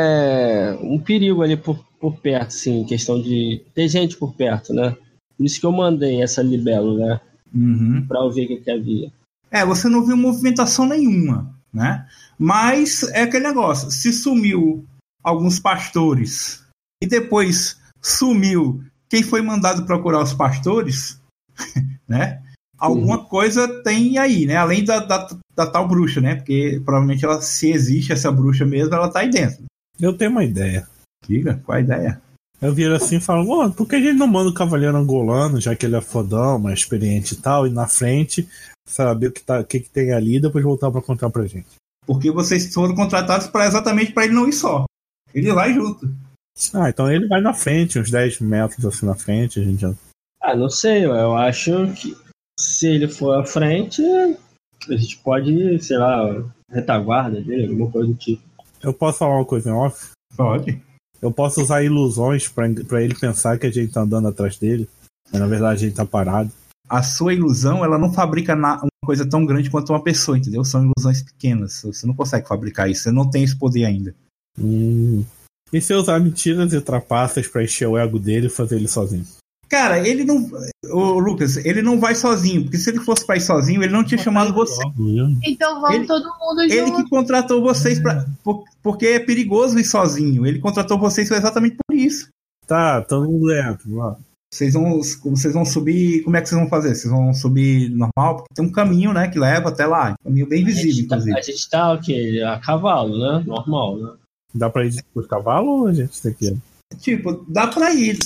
S2: é, um perigo ali por, por perto, sim, questão de ter gente por perto, né? Por isso que eu mandei essa libelo, né?
S1: Uhum.
S2: Pra eu ver o que, que havia.
S1: É, você não viu movimentação nenhuma, né? Mas é aquele negócio: se sumiu alguns pastores e depois sumiu quem foi mandado procurar os pastores, né? Alguma coisa tem aí, né? Além da, da, da tal bruxa, né? Porque provavelmente ela, se existe essa bruxa mesmo, ela tá aí dentro.
S3: Eu tenho uma ideia.
S1: Diga, qual a ideia?
S3: Eu viro assim e falo, "Ô, por que a gente não manda o cavaleiro angolano, já que ele é fodão, mais experiente e tal, e na frente saber o que, tá, o que, que tem ali e depois voltar pra contar pra gente?
S1: Porque vocês foram contratados para exatamente para ele não ir só. Ele vai junto.
S3: Ah, então ele vai na frente, uns 10 metros assim na frente, a gente já.
S2: Ah, não sei, eu acho que se ele for à frente, a gente pode, sei lá, retaguarda dele, alguma coisa do tipo.
S3: Eu posso falar uma coisa em off?
S1: Pode.
S3: Eu posso usar ilusões pra pra ele pensar que a gente tá andando atrás dele, mas na verdade a gente tá parado.
S1: A sua ilusão, ela não fabrica na- uma coisa tão grande quanto uma pessoa, entendeu? São ilusões pequenas. Você não consegue fabricar isso. Você não tem esse poder ainda.
S3: Hum, E se eu usar mentiras e trapaças pra encher o ego dele e fazer ele sozinho?
S1: Cara, ele não. Ô, Lucas, ele não vai sozinho, porque se ele fosse pra ir sozinho, ele não tinha chamado você.
S4: Então vamos
S1: Ele-
S4: todo mundo
S1: Ele
S4: junto.
S1: que contratou vocês pra, por- porque é perigoso ir sozinho. Ele contratou vocês exatamente por isso.
S3: Tá, todo mundo dentro. Lá.
S1: Vocês vão, vocês vão subir. Como é que vocês vão fazer? Vocês vão subir normal? Porque tem um caminho, né, que leva até lá. Um caminho bem
S6: A
S1: visível,
S6: gente, tá,
S1: inclusive.
S6: a gente tá o quê? A cavalo, né? Normal, né?
S3: Dá pra ir por cavalo ou a gente tem que ir?
S1: Tipo, dá pra ir,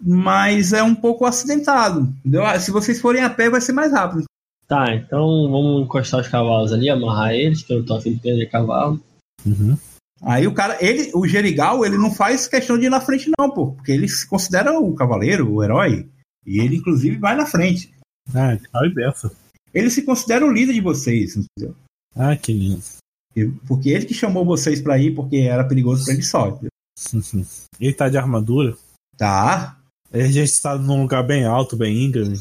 S1: mas é um pouco acidentado. entendeu? Ah, Se vocês forem a pé, vai ser mais rápido.
S6: Tá, então vamos encostar os cavalos ali, amarrar eles, que eu tô afim de perder cavalo.
S3: Uhum.
S1: Aí o cara, ele, o Gerigal, ele não faz questão de ir na frente, não, pô. Porque ele se considera o cavaleiro, o herói. E ele, inclusive, vai na frente.
S3: Ah, tal e dessa.
S1: Ele se considera o líder de vocês, entendeu?
S3: Ah, que lindo.
S1: E- Porque ele que chamou vocês pra ir, porque era perigoso pra ele só. entendeu?
S3: Ele tá de armadura.
S1: Tá?
S3: A gente tá num lugar bem alto, bem íngreme.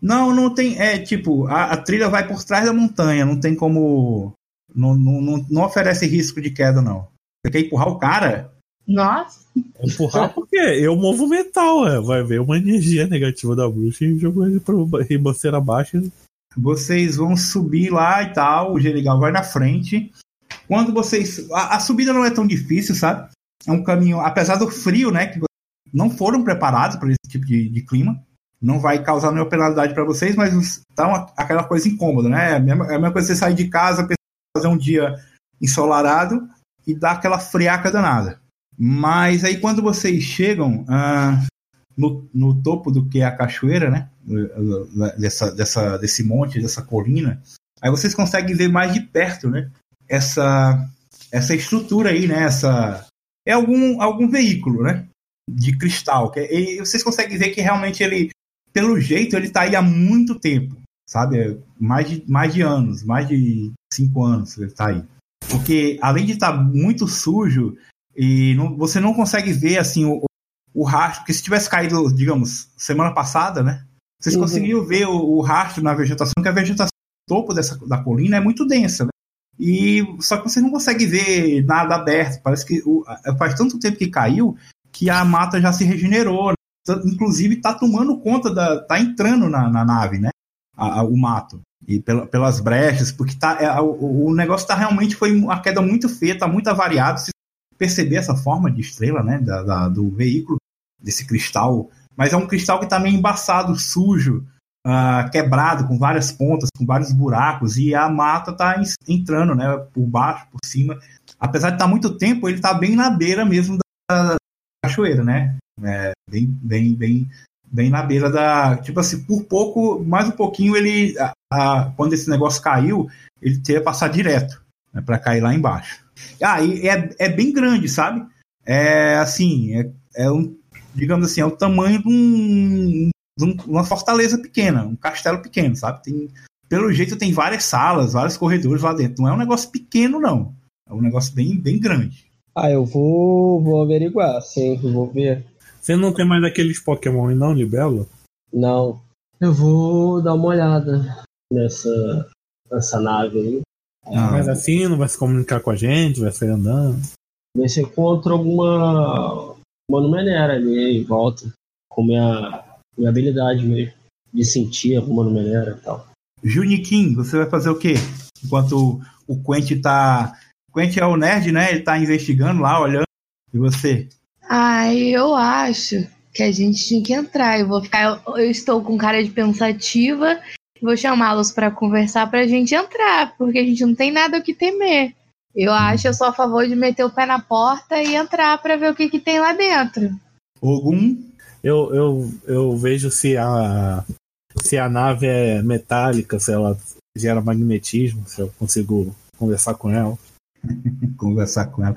S1: Não, não tem. É tipo, a, a trilha vai por trás da montanha, não tem como. Não, não, não, não oferece risco de queda, não. Você quer empurrar o cara?
S4: Nossa,
S3: É Empurrar porque eu movo metal, ué. vai ver uma energia negativa da bruxa e jogo ele pro ribanceira abaixo.
S1: Vocês vão subir lá e tal, o Gerigal vai na frente. Quando vocês. A, a subida não é tão difícil, sabe? É um caminho, apesar do frio, né? Que vocês não foram preparados para esse tipo de, de clima. Não vai causar nenhuma penalidade para vocês, mas os- tá uma- aquela coisa incômoda, né? É a mesma, é a mesma coisa que você sair de casa, pensar em fazer um dia ensolarado e dar aquela friaca danada. Mas aí quando vocês chegam ah, no, no topo do que é a cachoeira, né? dessa, dessa, desse monte, dessa colina, aí vocês conseguem ver mais de perto, né? Essa, essa estrutura aí, né? Essa, é algum, algum veículo, né? De cristal. Que, é, e vocês conseguem ver que realmente ele, pelo jeito, ele tá aí há muito tempo, sabe? É Mais de, mais de anos, mais de cinco anos ele tá aí. Porque além de estar muito sujo, e não- você não consegue ver assim o, o rastro, porque se tivesse caído, digamos, semana passada, né? Vocês
S4: Uhum.
S1: conseguiriam ver o, o rastro na vegetação, que a vegetação do topo dessa, da colina é muito densa, né? E só que você não consegue ver nada aberto. Parece que o- a- é, faz tanto tempo que caiu que a mata já se regenerou. né? Tan- Inclusive tá tomando conta da, tá entrando na, na nave, né? A- a- o mato e pela- pelas brechas, porque tá, é, o, o negócio tá realmente foi uma queda muito feia, tá muito avariado. Se perceber essa forma de estrela, né, da, da- do veículo, desse cristal, mas é um cristal que tá meio embaçado, sujo, ah, quebrado, com várias pontas, com vários buracos, e a mata tá en- entrando, né, por baixo, por cima. Apesar de estar muito tempo, ele tá bem na beira mesmo da, da cachoeira, né? É, bem, bem, bem, bem na beira da. Tipo assim, por pouco, mais um pouquinho ele. a- a- quando esse negócio caiu, ele teria passado direto né, para cair lá embaixo. Ah, e é, é bem grande, sabe? É assim, é, é um, digamos assim, é o tamanho de, um, de um- uma fortaleza pequena, um castelo pequeno, sabe? Tem, pelo jeito tem várias salas, vários corredores lá dentro. Não é um negócio pequeno, não. É um negócio bem, bem grande.
S6: Ah, eu vou, vou averiguar, sim, vou ver.
S3: Você não tem mais aqueles Pokémon não, Libelo?
S6: Não. Eu vou dar uma olhada nessa, nessa nave aí.
S1: Ah.
S3: Mas assim, não vai se comunicar com a gente, vai sair andando.
S6: Ver se encontro alguma monumenera ali em volta. Com minha, minha habilidade mesmo. De sentir alguma monumenera e tal.
S1: Juniquim, você vai fazer o quê? Enquanto o Quentin tá. O Quentin é o nerd, né? Ele tá investigando lá, olhando. E você?
S4: ai, eu acho que a gente tinha que entrar. Eu vou ficar, eu, eu estou com cara de pensativa. Vou chamá-los pra conversar pra gente entrar, porque a gente não tem nada o que temer. Eu acho, eu sou a favor de meter o pé na porta e entrar pra ver o que, que tem lá dentro.
S1: Ogum?
S3: Eu, eu, eu vejo se a se a nave é metálica, se ela gera magnetismo, se eu consigo conversar com ela.
S1: Conversar com ela.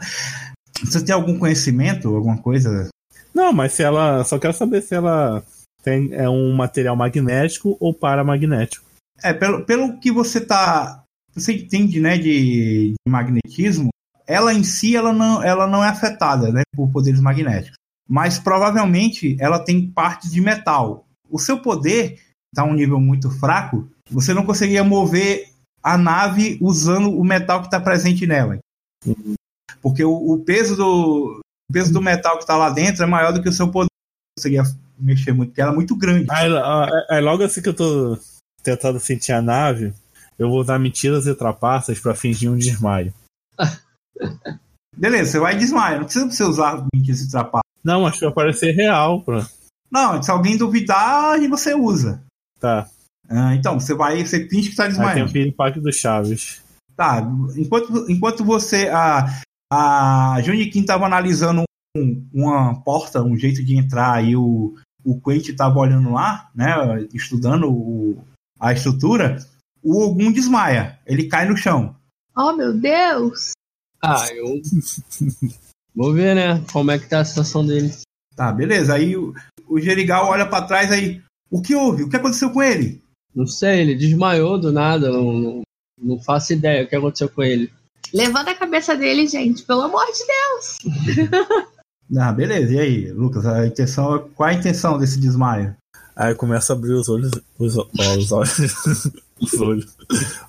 S1: Você tem algum conhecimento, alguma coisa?
S3: Não, mas se ela. Só quero saber se ela tem, é um material magnético ou paramagnético.
S1: É, pelo, pelo que você tá. Você entende, né, de, de magnetismo, ela em si ela não, ela não é afetada, né, por poderes magnéticos. Mas provavelmente ela tem partes de metal. O seu poder tá um nível muito fraco, você não conseguiria mover a nave tá usando o metal que está presente nela. Porque o, o peso do, O peso do metal que tá lá dentro é maior do que o seu poder. Não conseguia mexer muito, porque ela é muito grande.
S3: Aí, aí- aí logo assim que eu tô tentando sentir a nave, eu vou usar mentiras e trapaças pra fingir um desmaio.
S1: Beleza, você vai e desmaia. Não precisa você usar mentiras e trapaças.
S3: Não, mas pra parecer real, pô.
S1: Não, se alguém duvidar, aí você usa.
S3: Tá.
S1: Ah, então, você vai, você finge que tá
S3: Aí tem
S1: desmaiando.
S3: o piripaque do Chaves.
S1: Tá, enquanto, enquanto você. A, a Juniquim tava analisando um- uma porta, um jeito de entrar, e o, o Quentin tava olhando lá, né? Estudando o- a estrutura, o Ogum desmaia. Ele cai no chão.
S4: Oh, meu Deus!
S6: Ah, eu. Vou ver, né? Como é que tá a situação dele.
S1: Tá, beleza. Aí o, o Jerigal olha pra trás aí. O que houve? O que aconteceu com ele?
S6: Não sei, ele desmaiou do nada. Não, não, não faço ideia o que aconteceu com ele.
S4: Levanta a cabeça dele, gente, pelo amor de Deus!
S1: Ah, beleza. E aí, Lucas, a intenção, qual é a intenção desse desmaio?
S3: Aí começa a abrir os olhos, os, ó, os olhos, os olhos,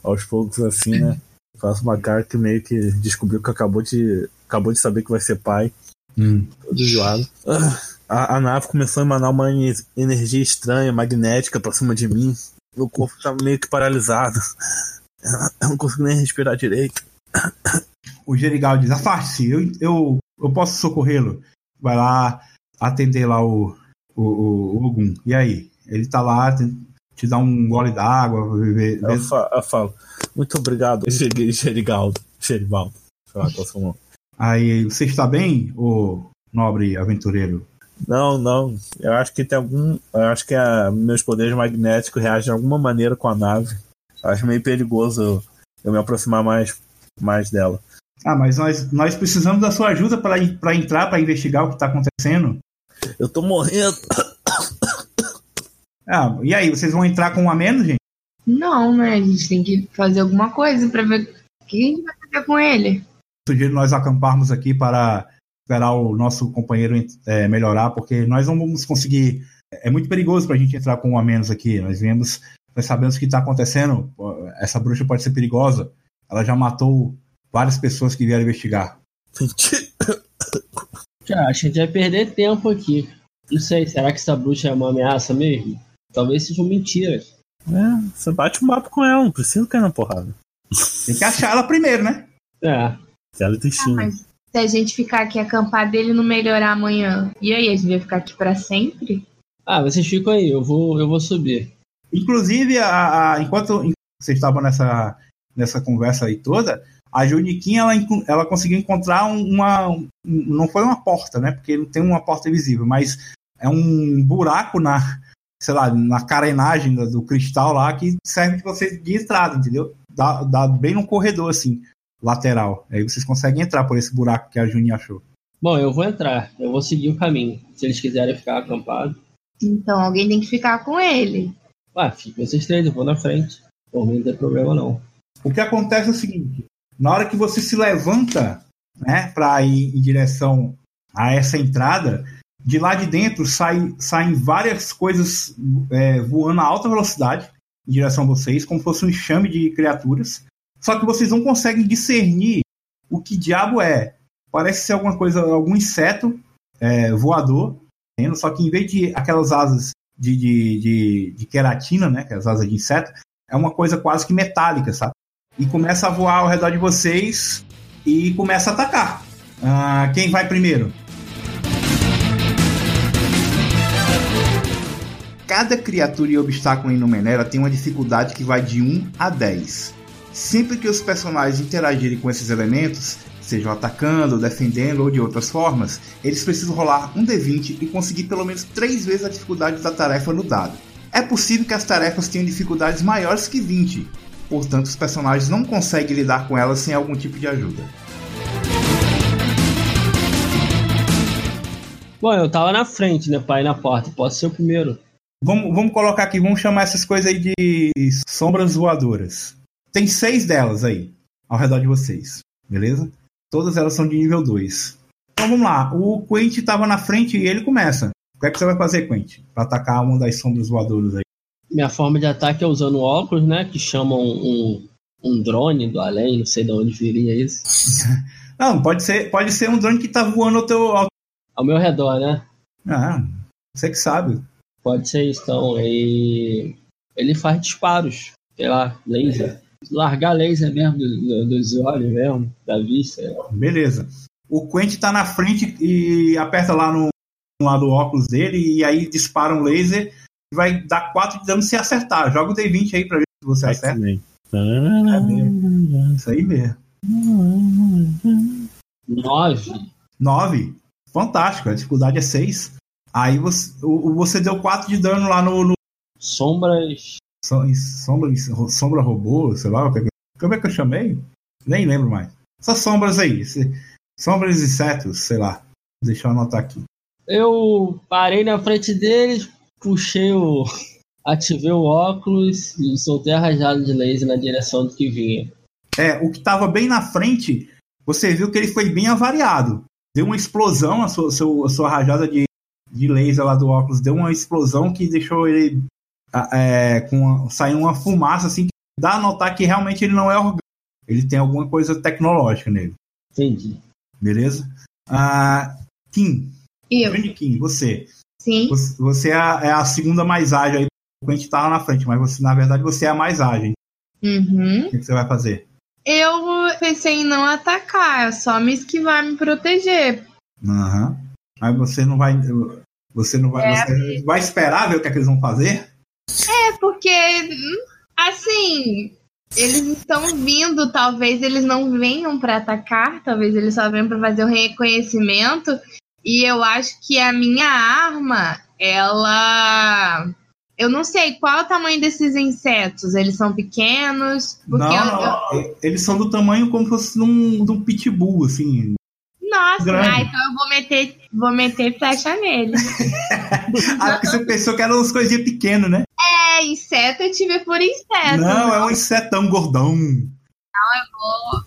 S3: aos poucos assim, né? Faço uma cara que meio que descobriu que acabou de, acabou de saber que vai ser pai, todo zoado. Ah, A, a nave começou a emanar uma ene- energia estranha, magnética, pra cima de mim. Meu corpo tá meio que paralisado. Eu não consigo nem respirar direito.
S1: O Gerigal diz: afaste-se, eu, eu, eu posso socorrê-lo. Vai lá atender lá o, o, o, o Ogum. E aí? Ele tá lá, te, te dá um gole d'água. vê- vê-
S3: Eu, fa- eu falo, muito obrigado, Ge- Gerigaldo. Geribaldo. Sei lá qual é o seu nome.
S1: Aí, você está bem, ô nobre aventureiro?
S3: Não, não. Eu acho que tem algum. Eu acho que a- meus poderes magnéticos reagem de alguma maneira com a nave. Eu acho meio perigoso eu, eu me aproximar mais, mais dela.
S1: Ah, mas nós, nós precisamos da sua ajuda para entrar, para investigar o que está acontecendo.
S3: Eu tô morrendo.
S1: Ah, e aí, vocês vão entrar com um a menos, gente?
S4: Não, né? A gente tem que fazer alguma coisa pra ver o que a gente vai fazer com ele.
S1: Sugiro nós acamparmos aqui para esperar o nosso companheiro eh, melhorar, porque nós não vamos conseguir. É muito perigoso para a gente entrar com um a menos aqui. Nós viemos, nós sabemos o que está acontecendo. Essa bruxa pode ser perigosa. Ela já matou várias pessoas que vieram investigar.
S6: Cara, acho que a gente vai perder tempo aqui. Não sei, será que essa bruxa é uma ameaça mesmo? Talvez sejam mentiras.
S3: É, você bate um papo com ela, não precisa cair na porrada.
S1: Tem que achar ela primeiro, né?
S6: É,
S3: Ela tem
S4: Ah,
S3: destino.
S4: mas se a gente ficar aqui acampar dele não melhorar amanhã, e aí? A gente vai ficar aqui pra sempre?
S6: Ah, vocês ficam aí, eu vou, eu vou subir.
S1: Inclusive, a- a- enquanto, enquanto vocês estavam nessa, nessa conversa aí toda, a Juniquim ela, enco- ela conseguiu encontrar um- uma. um- não foi uma porta, né? Porque não tem uma porta visível, mas é um buraco na, sei lá, na carenagem do, do cristal lá que serve de você de entrada, entendeu? Dá, dá bem no corredor, assim, lateral. Aí vocês conseguem entrar por esse buraco que a Juni achou.
S6: Bom, eu vou entrar, eu vou seguir o caminho. Se eles quiserem ficar acampados.
S4: Então alguém tem que ficar com ele.
S6: Ah, fiquem vocês três, eu vou na frente. Por mim não tem problema não.
S1: O que acontece é o seguinte: na hora que você se levanta, né, para ir em direção a essa entrada, de lá de dentro sai, saem várias coisas é, voando a alta velocidade em direção a vocês, como se fosse um enxame de criaturas. Só que vocês não conseguem discernir o que diabo é. Parece ser alguma coisa, algum inseto é, voador, entendeu? só que em vez de aquelas asas de, de, de, de queratina, né, aquelas asas de inseto é uma coisa quase que metálica, sabe? E começa a voar ao redor de vocês e começa a atacar. Ah, quem vai primeiro? Cada criatura e obstáculo em Numenera tem uma dificuldade que vai de 1 a 10. Sempre que os personagens interagirem com esses elementos, sejam atacando, defendendo ou de outras formas, eles precisam rolar um D20 e conseguir pelo menos 3 vezes a dificuldade da tarefa no dado. É possível que as tarefas tenham dificuldades maiores que 20, portanto, os personagens não conseguem lidar com elas sem algum tipo de ajuda.
S6: Bom, eu tava na frente, né, pra ir na porta. Posso ser o primeiro.
S1: Vamos, vamos colocar aqui, vamos chamar essas coisas aí de sombras voadoras. Tem seis delas aí, ao redor de vocês, beleza? Todas elas são de nível 2. Então vamos lá, o Quentin tava na frente e ele começa. O que é que você vai fazer, Quentin? Pra atacar uma das sombras voadoras aí.
S6: Minha forma de ataque é usando óculos, né, que chamam um, um drone do além, não sei de onde viria isso.
S1: Não, pode ser, pode ser um drone que tá voando ao teu, ao
S6: Ao meu redor, né?
S1: Ah, você que sabe.
S6: Pode ser isso, então. E ele faz disparos, sei lá, laser. Largar laser mesmo do- do- dos olhos mesmo, da vista. sei lá.
S1: Beleza. O Quentin tá na frente e aperta lá no, no lado do óculos dele e aí dispara um laser e vai dar 4 de dano se acertar. Joga o D20 aí pra ver se você acerta.
S3: X-Men.
S4: É
S3: É
S1: Isso aí mesmo.
S3: tipo
S6: Nove.
S1: 9. Fantástico. A dificuldade é 6. Aí você, o- o- você deu 4 de dano lá no, no
S6: Sombras.
S1: som- sombra, sombra robô, sei lá. o que- Como é que eu chamei? Nem lembro mais. Essas sombras aí. esse- sombras e insetos, sei lá. Deixa eu anotar aqui.
S6: Eu parei na frente deles, puxei o. Ativei o óculos e soltei a rajada de laser na direção do que vinha.
S1: É, o que estava bem na frente, você viu que ele foi bem avariado. Deu uma explosão, a sua, seu- a sua rajada de, de laser lá do óculos deu uma explosão que deixou ele a- é, com uma, saindo uma fumaça assim, que dá a notar que realmente ele não é orgânico. Ele tem alguma coisa tecnológica nele,
S6: Entendi.
S1: beleza? Ah, Kim,
S4: Eu,
S1: grande Kim, você.
S4: sim.
S1: Você, você é, a, é a segunda mais ágil aí. O gente tá lá na frente, mas você, na verdade, você é a mais ágil.
S4: Uhum.
S1: O que que você vai fazer?
S4: Eu pensei em não atacar, é só me esquivar, me proteger.
S1: Aham. Aí você não vai. Você não vai.
S4: É,
S1: você vai esperar ver o que, é que eles vão fazer?
S4: É porque, hum, assim, eles estão vindo, talvez eles não venham pra atacar, talvez eles só venham pra fazer o reconhecimento. E eu acho que a minha arma, ela. Eu não sei qual é o tamanho desses insetos. Eles são pequenos? Porque
S1: não,
S4: eu- eu-
S1: não, e- Eles são do tamanho como se fosse de um, de um pitbull, assim.
S4: Nossa,
S1: Grande.
S4: ah, então eu vou meter, vou meter flecha nele.
S1: Ah, porque você pensou que eram umas coisinhas pequenas, né?
S4: É, inseto eu tive por inseto. Ah,
S1: não, é um insetão gordão.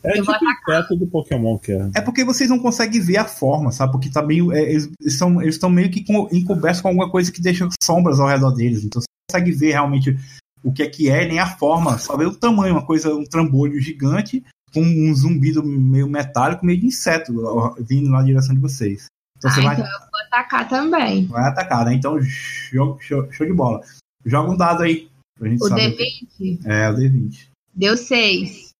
S3: É
S4: Eu
S3: tipo
S4: vou
S3: o teto do Pokémon que é.
S1: É porque vocês não conseguem ver a forma, sabe? Porque tá meio. é, eles estão eles estão meio que co- encobertos com alguma coisa que deixa sombras ao redor deles. Então você não consegue ver realmente o que é que é, nem a forma. Só vê o tamanho, uma coisa, um trambolho gigante, com um zumbido meio metálico, meio de inseto ó, vindo na direção de vocês. Então você
S4: Ah,
S1: vai,
S4: então eu vou atacar também.
S1: vai atacar, né? Então, show, show- show de bola. Joga um dado aí. Pra gente
S4: O
S1: saber.
S4: D20
S1: É, o D20.
S4: deu 6.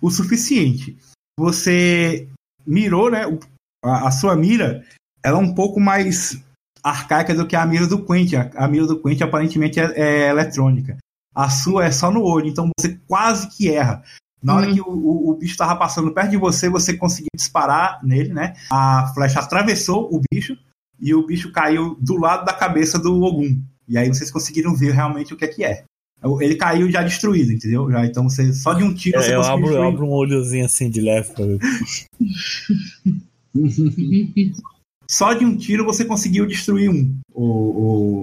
S1: o suficiente. Você mirou, né? o- A, a sua mira, ela é um pouco mais arcaica do que a mira do Quentin. A, a mira do Quentin aparentemente é, é eletrônica. A sua é só no olho, então você quase que erra. Na hora
S4: Hum.
S1: que o, o- o bicho estava passando perto de você, você conseguiu disparar nele, né? A flecha atravessou o bicho e o bicho caiu do lado da cabeça do Ogum. E aí vocês conseguiram ver realmente o que é que é. Ele caiu já destruído, entendeu? Já, então você só de um tiro você
S3: É, eu
S1: conseguiu
S3: abro, eu
S1: destruir.
S3: abro um olhozinho assim de leve pra ver.
S1: só de um tiro você conseguiu destruir um, o,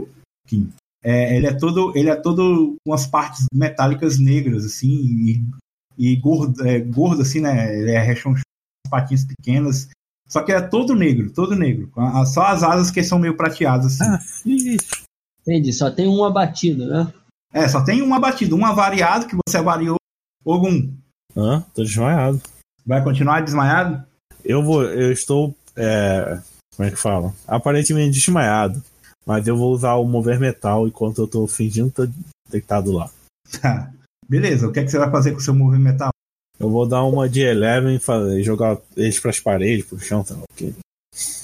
S1: o Kim. É, ele é todo, ele é todo umas partes metálicas negras assim e, e gordo, é, gordo assim, né? Ele é rechonchudo, com patinhas pequenas. Só que é todo negro, todo negro. Com a- Só as asas que são meio prateadas assim.
S3: Ah, ih,
S6: Entendi, só tem um abatido, né?
S1: É, só tem uma batida, um avariado que você avariou. Ogum,
S3: Hã? Tô desmaiado.
S1: vai continuar desmaiado?
S3: Eu vou. Eu estou. é, como é que fala? Aparentemente desmaiado. Mas eu vou usar o mover metal enquanto eu tô fingindo que tô deitado lá.
S1: Tá. Beleza, o que, é que você vai fazer com o seu movimento metal?
S3: Eu vou dar uma de Eleven e fa- e jogar eles pras paredes, pro chão, tá? ok?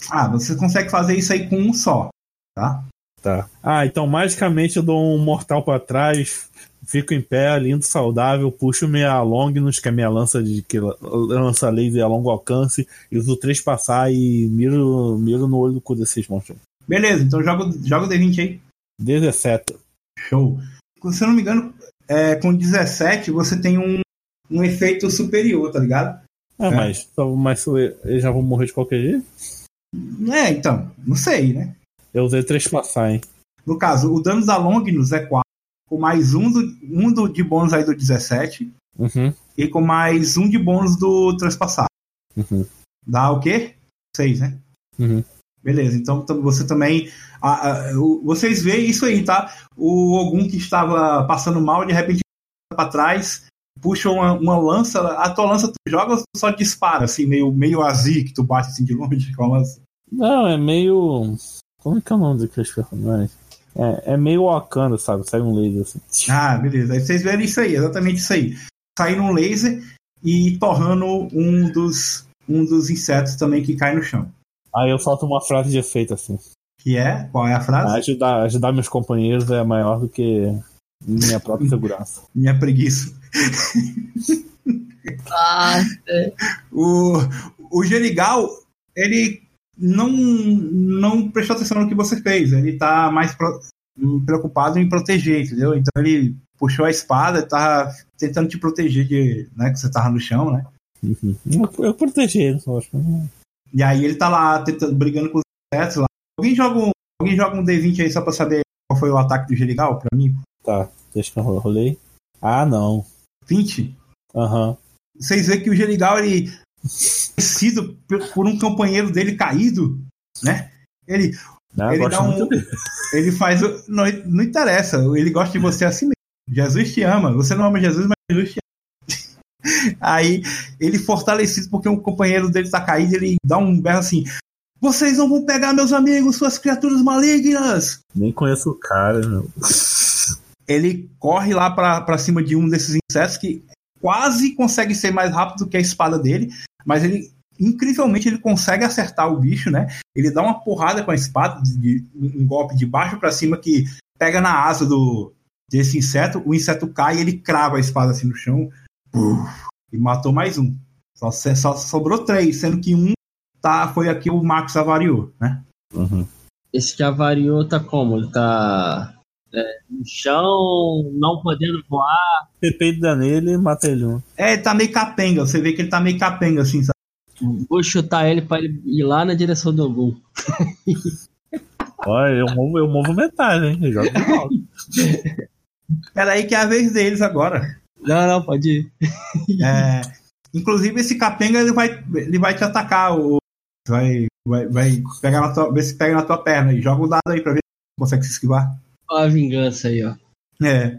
S1: Ah, você consegue fazer isso aí com um só, tá?
S3: Tá. Ah, então magicamente eu dou um mortal pra trás, fico em pé, lindo, saudável, puxo minha Longinus, que é minha lança de que la- lança laser a longo alcance, e uso três passar e miro, miro no olho do cu desses monstros.
S1: Beleza, então joga, o- joga o D20 aí.
S3: 17.
S1: Show. Se eu não me engano, é, com 17 você tem um, um efeito superior, tá ligado?
S3: Ah,
S1: É.
S3: mas, só- mas eu eu já vou morrer de qualquer jeito?
S1: É, então, não sei, né?
S3: Eu usei três passar, hein?
S1: No caso, o dano da Longinus é 4, com mais um, do, um do, de bônus aí do 17,
S3: Uhum.
S1: e com mais um de bônus do transpassar.
S3: Uhum.
S1: Dá o quê? 6, né?
S3: Uhum.
S1: Beleza, então tam- você também. a- a- o- vocês veem isso aí, tá? O Ogum que estava passando mal, de repente para trás, puxa uma, uma lança. A tua lança tu joga ou tu só dispara, assim, meio, meio azi que tu bate assim de longe com a lança?
S3: Não, é meio. Como é que é o nome daqueles personagens? É, é meio Wakanda, sabe? Sai um laser assim.
S1: Ah, beleza. Aí vocês verem isso aí, exatamente isso aí. Saindo um laser e torrando um dos, um dos insetos também que cai no chão.
S3: Aí eu solto uma frase de efeito assim.
S1: Que é? Qual é a frase?
S3: Ajudar, ajudar meus companheiros é maior do que minha própria segurança.
S1: Minha preguiça.
S4: Nossa.
S1: O, o Gerigal, ele não, não prestou atenção no que você fez. Ele tá mais pro- preocupado em proteger, entendeu? Então ele puxou a espada e tava tentando te proteger de, né, que você tava no chão, né?
S3: Enfim, Uhum. Eu, eu protegi eles, eu acho.
S1: E aí ele tá lá tentando, brigando com os insetos lá. Alguém joga um, alguém joga um D20 aí só pra saber qual foi o ataque do Gerigal pra mim?
S3: Tá, deixa que eu ro- rolei. Ah, não.
S1: 20?
S3: Aham.
S1: vocês veem que o Genigal ele é conhecido pe- por um companheiro dele caído, né? Ele,
S3: Ah,
S1: ele
S3: gosto
S1: dá um,
S3: muito dele.
S1: ele faz, o- não, não interessa, ele gosta de você assim mesmo. Jesus te ama, você não ama Jesus, mas Jesus te ama. Aí ele fortalecido porque um companheiro dele tá caído, ele dá um berro assim: "Vocês não vão pegar meus amigos, suas criaturas malignas!"
S3: Nem conheço o cara, meu.
S1: Ele corre lá pra pra cima de um desses insetos que quase consegue ser mais rápido que a espada dele, mas ele incrivelmente ele consegue acertar o bicho, né? Ele dá uma porrada com a espada, de- de- um golpe de baixo pra cima que pega na asa do desse inseto, o inseto cai e ele crava a espada assim no chão Puf, e matou mais um. Só, se- só sobrou três, sendo que um tá foi aqui o Max avariou, né?
S3: Uhum.
S6: Esse que avariou tá como? Ele tá é, no chão, não podendo voar.
S3: Pepe dá nele e mata ele um.
S1: É, ele tá meio capenga, você vê que ele tá meio capenga assim, sabe?
S6: Vou chutar ele pra ele ir lá na direção do Ogum.
S3: Olha, eu movo, eu movo metade, hein? Eu jogo de volta.
S1: Peraí que é a vez deles agora.
S6: Não, não, pode ir.
S1: É, inclusive, esse capenga ele vai, ele vai te atacar. O, vai, vai, vai pegar na tua, ver se pega na tua perna e joga o dado aí pra ver se consegue se esquivar.
S6: Ó a vingança aí, ó.
S1: É.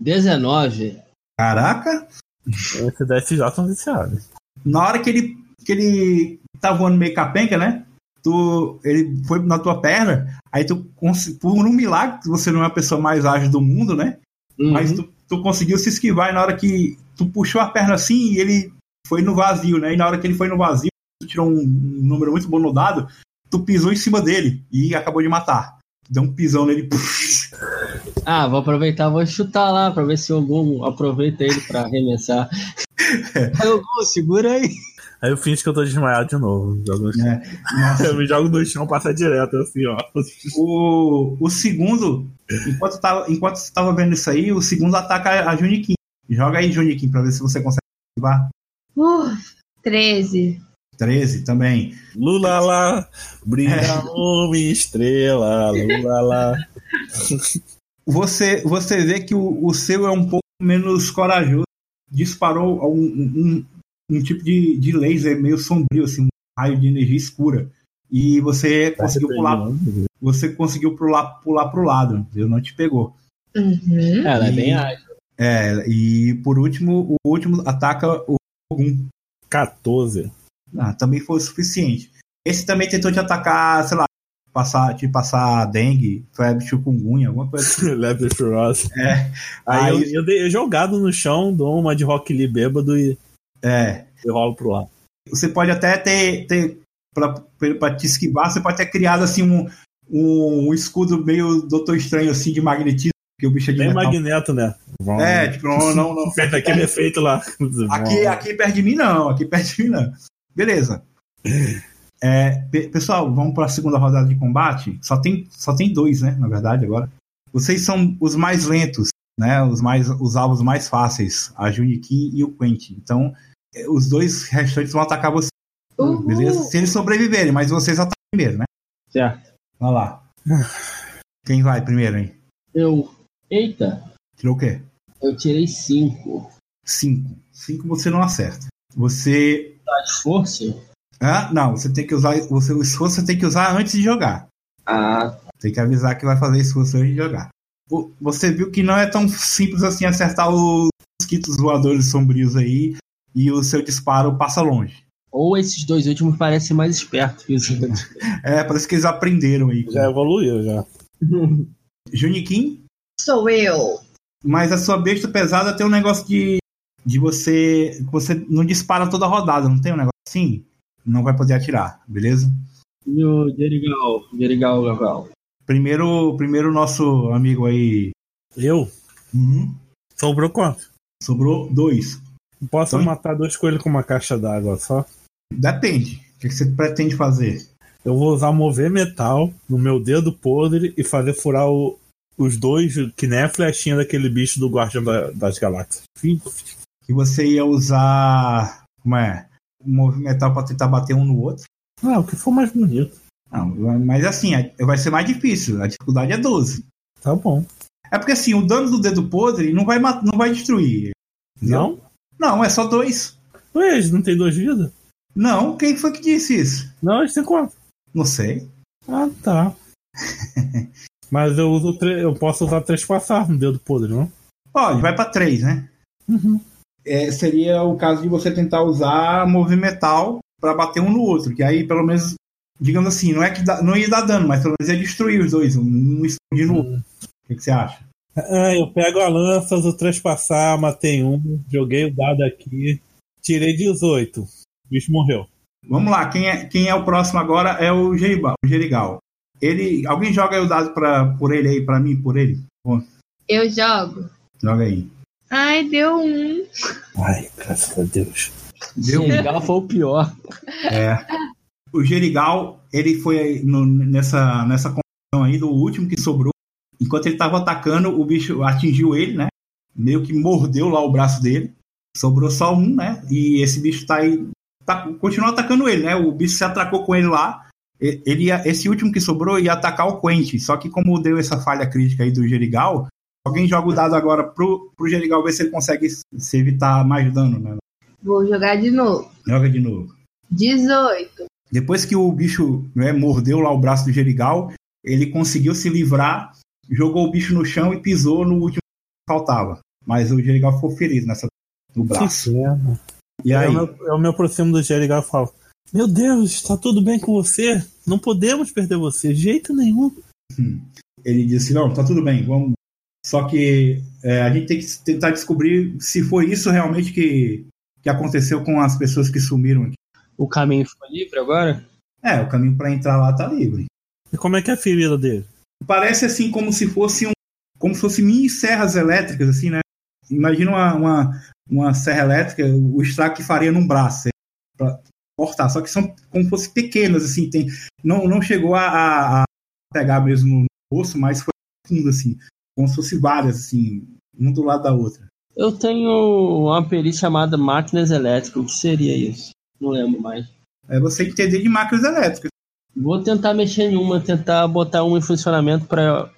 S6: 19.
S1: Caraca!
S3: Esse DSJ são viciados.
S1: Na hora que ele, que ele tá voando meio capenga, né? Tu, ele foi na tua perna, aí tu, cons- por um milagre, que você não é a pessoa mais ágil do mundo, né?
S6: Uhum.
S1: Mas tu, tu conseguiu se esquivar e na hora que tu puxou a perna assim e ele foi no vazio, né? E na hora que ele foi no vazio, tu tirou um, um número muito bom no dado, tu pisou em cima dele e acabou de matar. Deu um pisão nele. puf.
S6: Ah, vou aproveitar, vou chutar lá pra ver se o Ogum aproveita ele pra arremessar. Aí, Ogum, segura aí.
S3: Aí eu finge que eu tô desmaiado de novo. Jogo no chão.
S1: É. Nossa.
S3: Eu me jogo no chão, passa direto, assim, ó.
S1: O, o segundo, enquanto, tava, enquanto você tava vendo isso aí, o segundo ataca a Juniquim. Joga aí, Juniquim, pra ver se você consegue esquivar.
S4: Uf, 13.
S1: 13 também.
S3: Lula lá,
S1: É.
S3: brilha uma estrela, Lula lá.
S1: você, você vê que o, o seu é um pouco menos corajoso. Disparou um, um, um- um tipo de, de laser meio sombrio, assim, um raio de energia escura. E você
S3: Tá
S1: conseguiu pular, você conseguiu pular, pular pro lado, entendeu? Não te pegou.
S4: Uhum.
S6: Ela é bem
S1: Hum.
S6: ágil.
S1: É, e por último, o último ataca o Ogum.
S3: 14.
S1: Ah, também foi o suficiente. Esse também tentou te atacar, sei lá, passar, te passar dengue, febre, chikungunya, alguma coisa assim.
S3: Lebre Furiosa.
S1: É.
S3: Aí eu,
S1: Aí-
S3: eu dei- eu jogado no chão, dou uma de Rock Lee bêbado e,
S1: É.
S3: e rolo pro lado.
S1: você pode até ter, ter para te esquivar, você pode ter criado assim um, um, escudo meio Doutor Estranho assim de magnetismo, que o bicho é de
S3: Tem
S1: metal.
S3: magneto, né? Vão-
S1: É, tipo, não, não, não.
S3: Fez aquele efeito lá.
S1: Aqui, é aqui perto de mim não, aqui perto de mim não. Beleza. É, pe- pessoal, vamos para a segunda rodada de combate. Só tem, só tem dois, né? Na verdade, agora. Vocês são os mais lentos, né? Os mais, os alvos mais fáceis, a Juniquim e o Quentin. Então, eh, os dois restantes vão atacar você.
S4: Uhul.
S1: Ah, Beleza? Se eles sobreviverem, mas vocês atacam primeiro, né?
S6: Certo.
S1: Vai lá. Quem vai primeiro, hein?
S6: Eu. Eita,
S1: Tirou o quê?
S6: eu tirei 5.
S1: Cinco. Cinco você não acerta. Você.
S6: Tá de força?
S1: Ah, não, você tem que usar. Você, o esforço você tem que usar antes de jogar.
S6: Ah,
S1: Tem que avisar que vai fazer esforço antes de jogar. Vo- Você viu que não é tão simples assim acertar os mosquitos voadores sombrios aí e o seu disparo passa longe.
S6: Ou esses dois últimos parecem mais espertos que os outros.
S1: É, parece que eles aprenderam aí.
S3: Já é evoluiu, já.
S1: Juniquim,
S7: Sou eu.
S1: mas a sua besta pesada tem um negócio de, de você. que Você não dispara toda a rodada, não tem um negócio assim? Não vai poder atirar, beleza?
S6: E o Jerigal, Jerigal Gagal.
S1: Primeiro, primeiro nosso amigo aí.
S3: Eu?
S1: Uhum.
S3: Sobrou quanto?
S1: Sobrou dois.
S3: Posso
S1: Oi?
S3: matar dois coelhos com uma caixa d'água só?
S1: Depende. O que que você pretende fazer?
S3: Eu vou usar mover metal no meu dedo podre e fazer furar o- os dois, que nem a flechinha daquele bicho do Guardião da- das Galáxias. Fim.
S1: Que você ia usar. Como é? Movimentar pra tentar bater um no outro.
S3: Ah, o que for mais bonito.
S1: Não, mas assim, é- vai ser mais difícil. A dificuldade é 12.
S3: Tá bom.
S1: É porque assim, o dano do dedo podre não vai, mat- não vai destruir. entendeu?
S3: Não?
S1: Não, é só dois.
S3: Ué, eles não têm duas vidas?
S1: Não, quem foi que disse isso?
S3: Não, eles têm quatro.
S1: Não sei.
S3: Ah, tá. Mas eu uso tre- eu posso usar três passar no dedo podre, não?
S1: Olha, vai pra três, né?
S3: Uhum.
S1: É, seria o caso de você tentar usar movimental pra bater um no outro. Que aí, pelo menos, digamos assim, não é que dá- não ia dar dano, mas pelo menos ia destruir os dois. Um explodir no outro. O que, que você acha?
S3: Ah, eu pego a lança, uso trespassar, matei um, joguei o dado aqui, tirei 18. O bicho morreu.
S1: Vamos lá, quem é, quem é o próximo agora é o, Geriba, o Gerigal. Ele, alguém joga aí o dado pra, por ele aí, pra mim, por ele?
S7: Eu jogo.
S1: Joga aí.
S7: Ai, deu um.
S3: Ai, graças a Deus.
S1: Deu um.
S6: Jerigal foi o pior.
S1: É. O Gerigal, ele foi no- nessa, nessa confusão aí do último que sobrou. Enquanto ele tava atacando, o bicho atingiu ele, né? Meio que mordeu lá o braço dele. Sobrou só um, né? E esse bicho tá aí. Tá, continua atacando ele, né? O bicho se atracou com ele lá. E- Ele ia- esse último que sobrou ia atacar o Quentin. Só que como deu essa falha crítica aí do Gerigal, alguém joga o dado agora pro, pro Gerigal ver se ele consegue se evitar mais dano, né?
S7: Vou jogar de novo.
S1: Joga de novo.
S7: 18.
S1: Depois que o bicho né, mordeu lá o braço do Gerigal, ele conseguiu se livrar, jogou o bicho no chão e pisou no último que faltava. Mas o Gerigal ficou ferido nessa, no braço.
S3: É
S1: E aí,
S3: Eu, me, eu me aproximo do Jerigal e falo: Meu Deus, está tudo bem com você? Não podemos perder você, de jeito nenhum.
S1: ele disse, não, tá tudo bem, vamos... Só que é, a gente tem que tentar descobrir se foi isso realmente que, que aconteceu com as pessoas que sumiram aqui.
S6: O caminho ficou livre agora?
S1: É, o caminho pra entrar lá tá livre.
S3: E como é que é a ferida dele?
S1: parece assim como se fosse um como se fosse mini serras elétricas assim né imagina uma, uma, uma serra elétrica o estrago que faria num braço para cortar só que são como se fossem pequenas assim tem não não chegou a, a- a pegar mesmo no osso mas foi fundo assim como se fosse várias assim um do lado da outra
S6: Eu tenho uma perícia chamada máquinas elétricas. O que seria isso? Não lembro mais.
S1: é você entender de máquinas elétricas
S6: Vou tentar mexer em uma, tentar botar uma em funcionamento para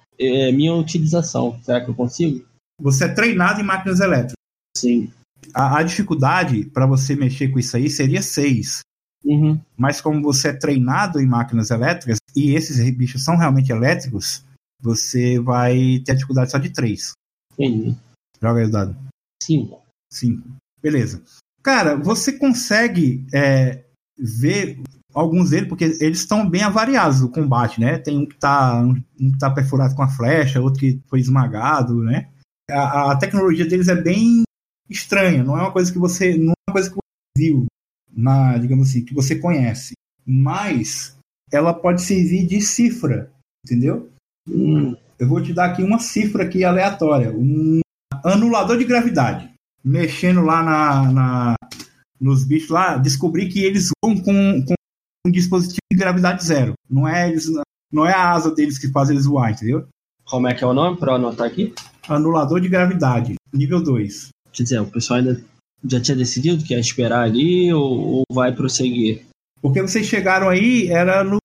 S6: minha utilização. Será que eu consigo?
S1: você é treinado em máquinas elétricas
S6: Sim.
S1: a, a dificuldade para você mexer com isso aí seria seis
S6: Uhum.
S1: mas como você é treinado em máquinas elétricas e esses bichos são realmente elétricos, você vai ter a dificuldade só de 3.
S6: Entendi.
S1: Joga aí o dado.
S6: Cinco.
S1: 5. Beleza. Cara, você consegue é, ver alguns deles, porque eles estão bem avariados o combate, né? Tem um que tá, um que tá perfurado com a flecha, outro que foi esmagado, né? A, a tecnologia deles é bem estranha, não é uma coisa que você. não é uma coisa que você viu, na, digamos assim, que você conhece. Mas ela pode servir de cifra, entendeu?
S6: Hum.
S1: Eu vou te dar aqui uma cifra aqui aleatória, um anulador de gravidade mexendo lá na, na- nos bichos lá, descobri que eles voam com, com um dispositivo de gravidade zero. Não é eles, não é a asa deles que faz eles voar, entendeu?
S6: Como é que é o nome para anotar aqui?
S1: Anulador de gravidade, nível 2.
S6: Quer dizer, o pessoal ainda já tinha decidido que ia esperar ali ou, ou vai prosseguir?
S1: Porque vocês chegaram aí, era no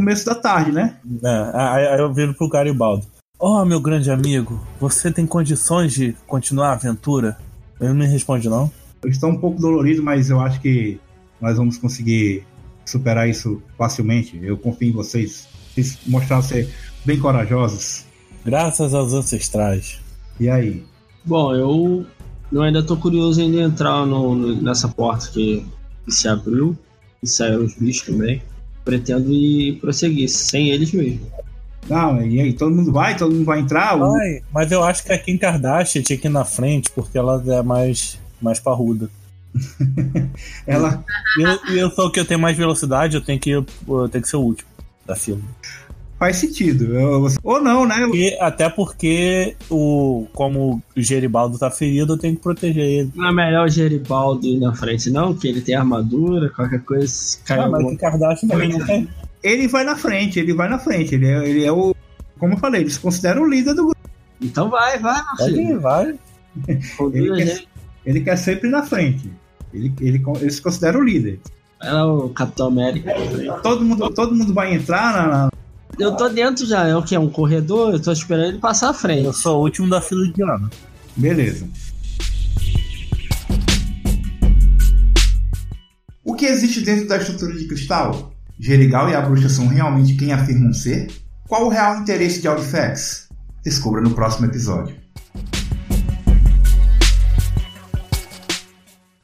S1: começo da tarde, né?
S3: É, aí, aí eu viro pro Garibaldo: Oh, meu grande amigo, você tem condições de continuar a aventura? Ele não me responde, não.
S1: Eu estou um pouco dolorido, mas eu acho que nós vamos conseguir superar isso facilmente. Eu confio em vocês. Vocês mostraram ser bem corajosos.
S3: Graças aos ancestrais.
S1: E aí?
S6: Bom, eu, eu ainda tô curioso em entrar no- no- nessa porta que, que se abriu.
S2: E saíram os bichos também. Pretendo ir prosseguir, sem eles mesmo.
S1: Não, e aí todo mundo vai, todo mundo vai entrar. o-
S3: Ai, mas eu acho que a Kim Kardashian tinha que ir na frente, porque ela é mais, mais parruda.
S1: ela,
S3: E eu, e eu sou o que eu tenho mais velocidade, eu tenho que, eu tenho que ser o último da fila.
S1: faz sentido. Eu- você- Ou não, né?
S3: E até porque, o, como o Geribaldo tá ferido, eu tenho que proteger ele.
S2: Não é melhor o Geribaldo ir na frente, não, que ele tem armadura, qualquer coisa, é se cai
S3: Ah, mas a
S2: alguma
S3: Kim Kardashian também não tem.
S1: Ele vai na frente, ele vai na frente. Ele é, ele é o. Como eu falei, eles consideram o líder do grupo.
S2: Então vai, vai, meu
S3: Pode
S2: filho.
S3: ir, vai.
S2: Conduz a
S1: Ele quer-
S2: gente.
S1: Ele quer sempre ir na frente. Ele, ele, con- ele se considera o líder.
S2: Vai lá, é, o Capitão América.
S1: Todo mundo, todo mundo vai entrar na, na-
S2: Eu tô dentro já, é o que? É um corredor, eu tô esperando ele passar à
S3: Eu
S2: frente.
S3: sou o último da fila de ano.
S1: Beleza. O que existe dentro da estrutura de cristal? Gerigal e a bruxa são realmente quem afirmam ser? Qual o real interesse de Aurifex? Descubra no próximo episódio.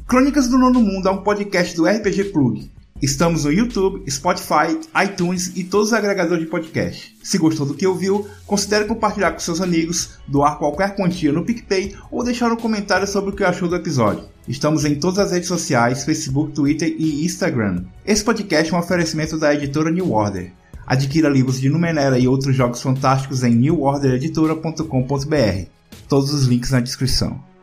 S1: Crônicas do Nono Mundo é um podcast do RPG Club. Estamos no YouTube, Spotify, iTunes e todos os agregadores de podcast. Se gostou do que ouviu, Considere compartilhar com seus amigos, doar qualquer quantia no PicPay ou deixar um comentário sobre o que achou do episódio. Estamos em todas as redes sociais, Facebook, Twitter e Instagram. Esse podcast é um oferecimento da editora New Order. Adquira livros de Numenera e outros jogos fantásticos em newordereditora.com.br. Todos os links na descrição.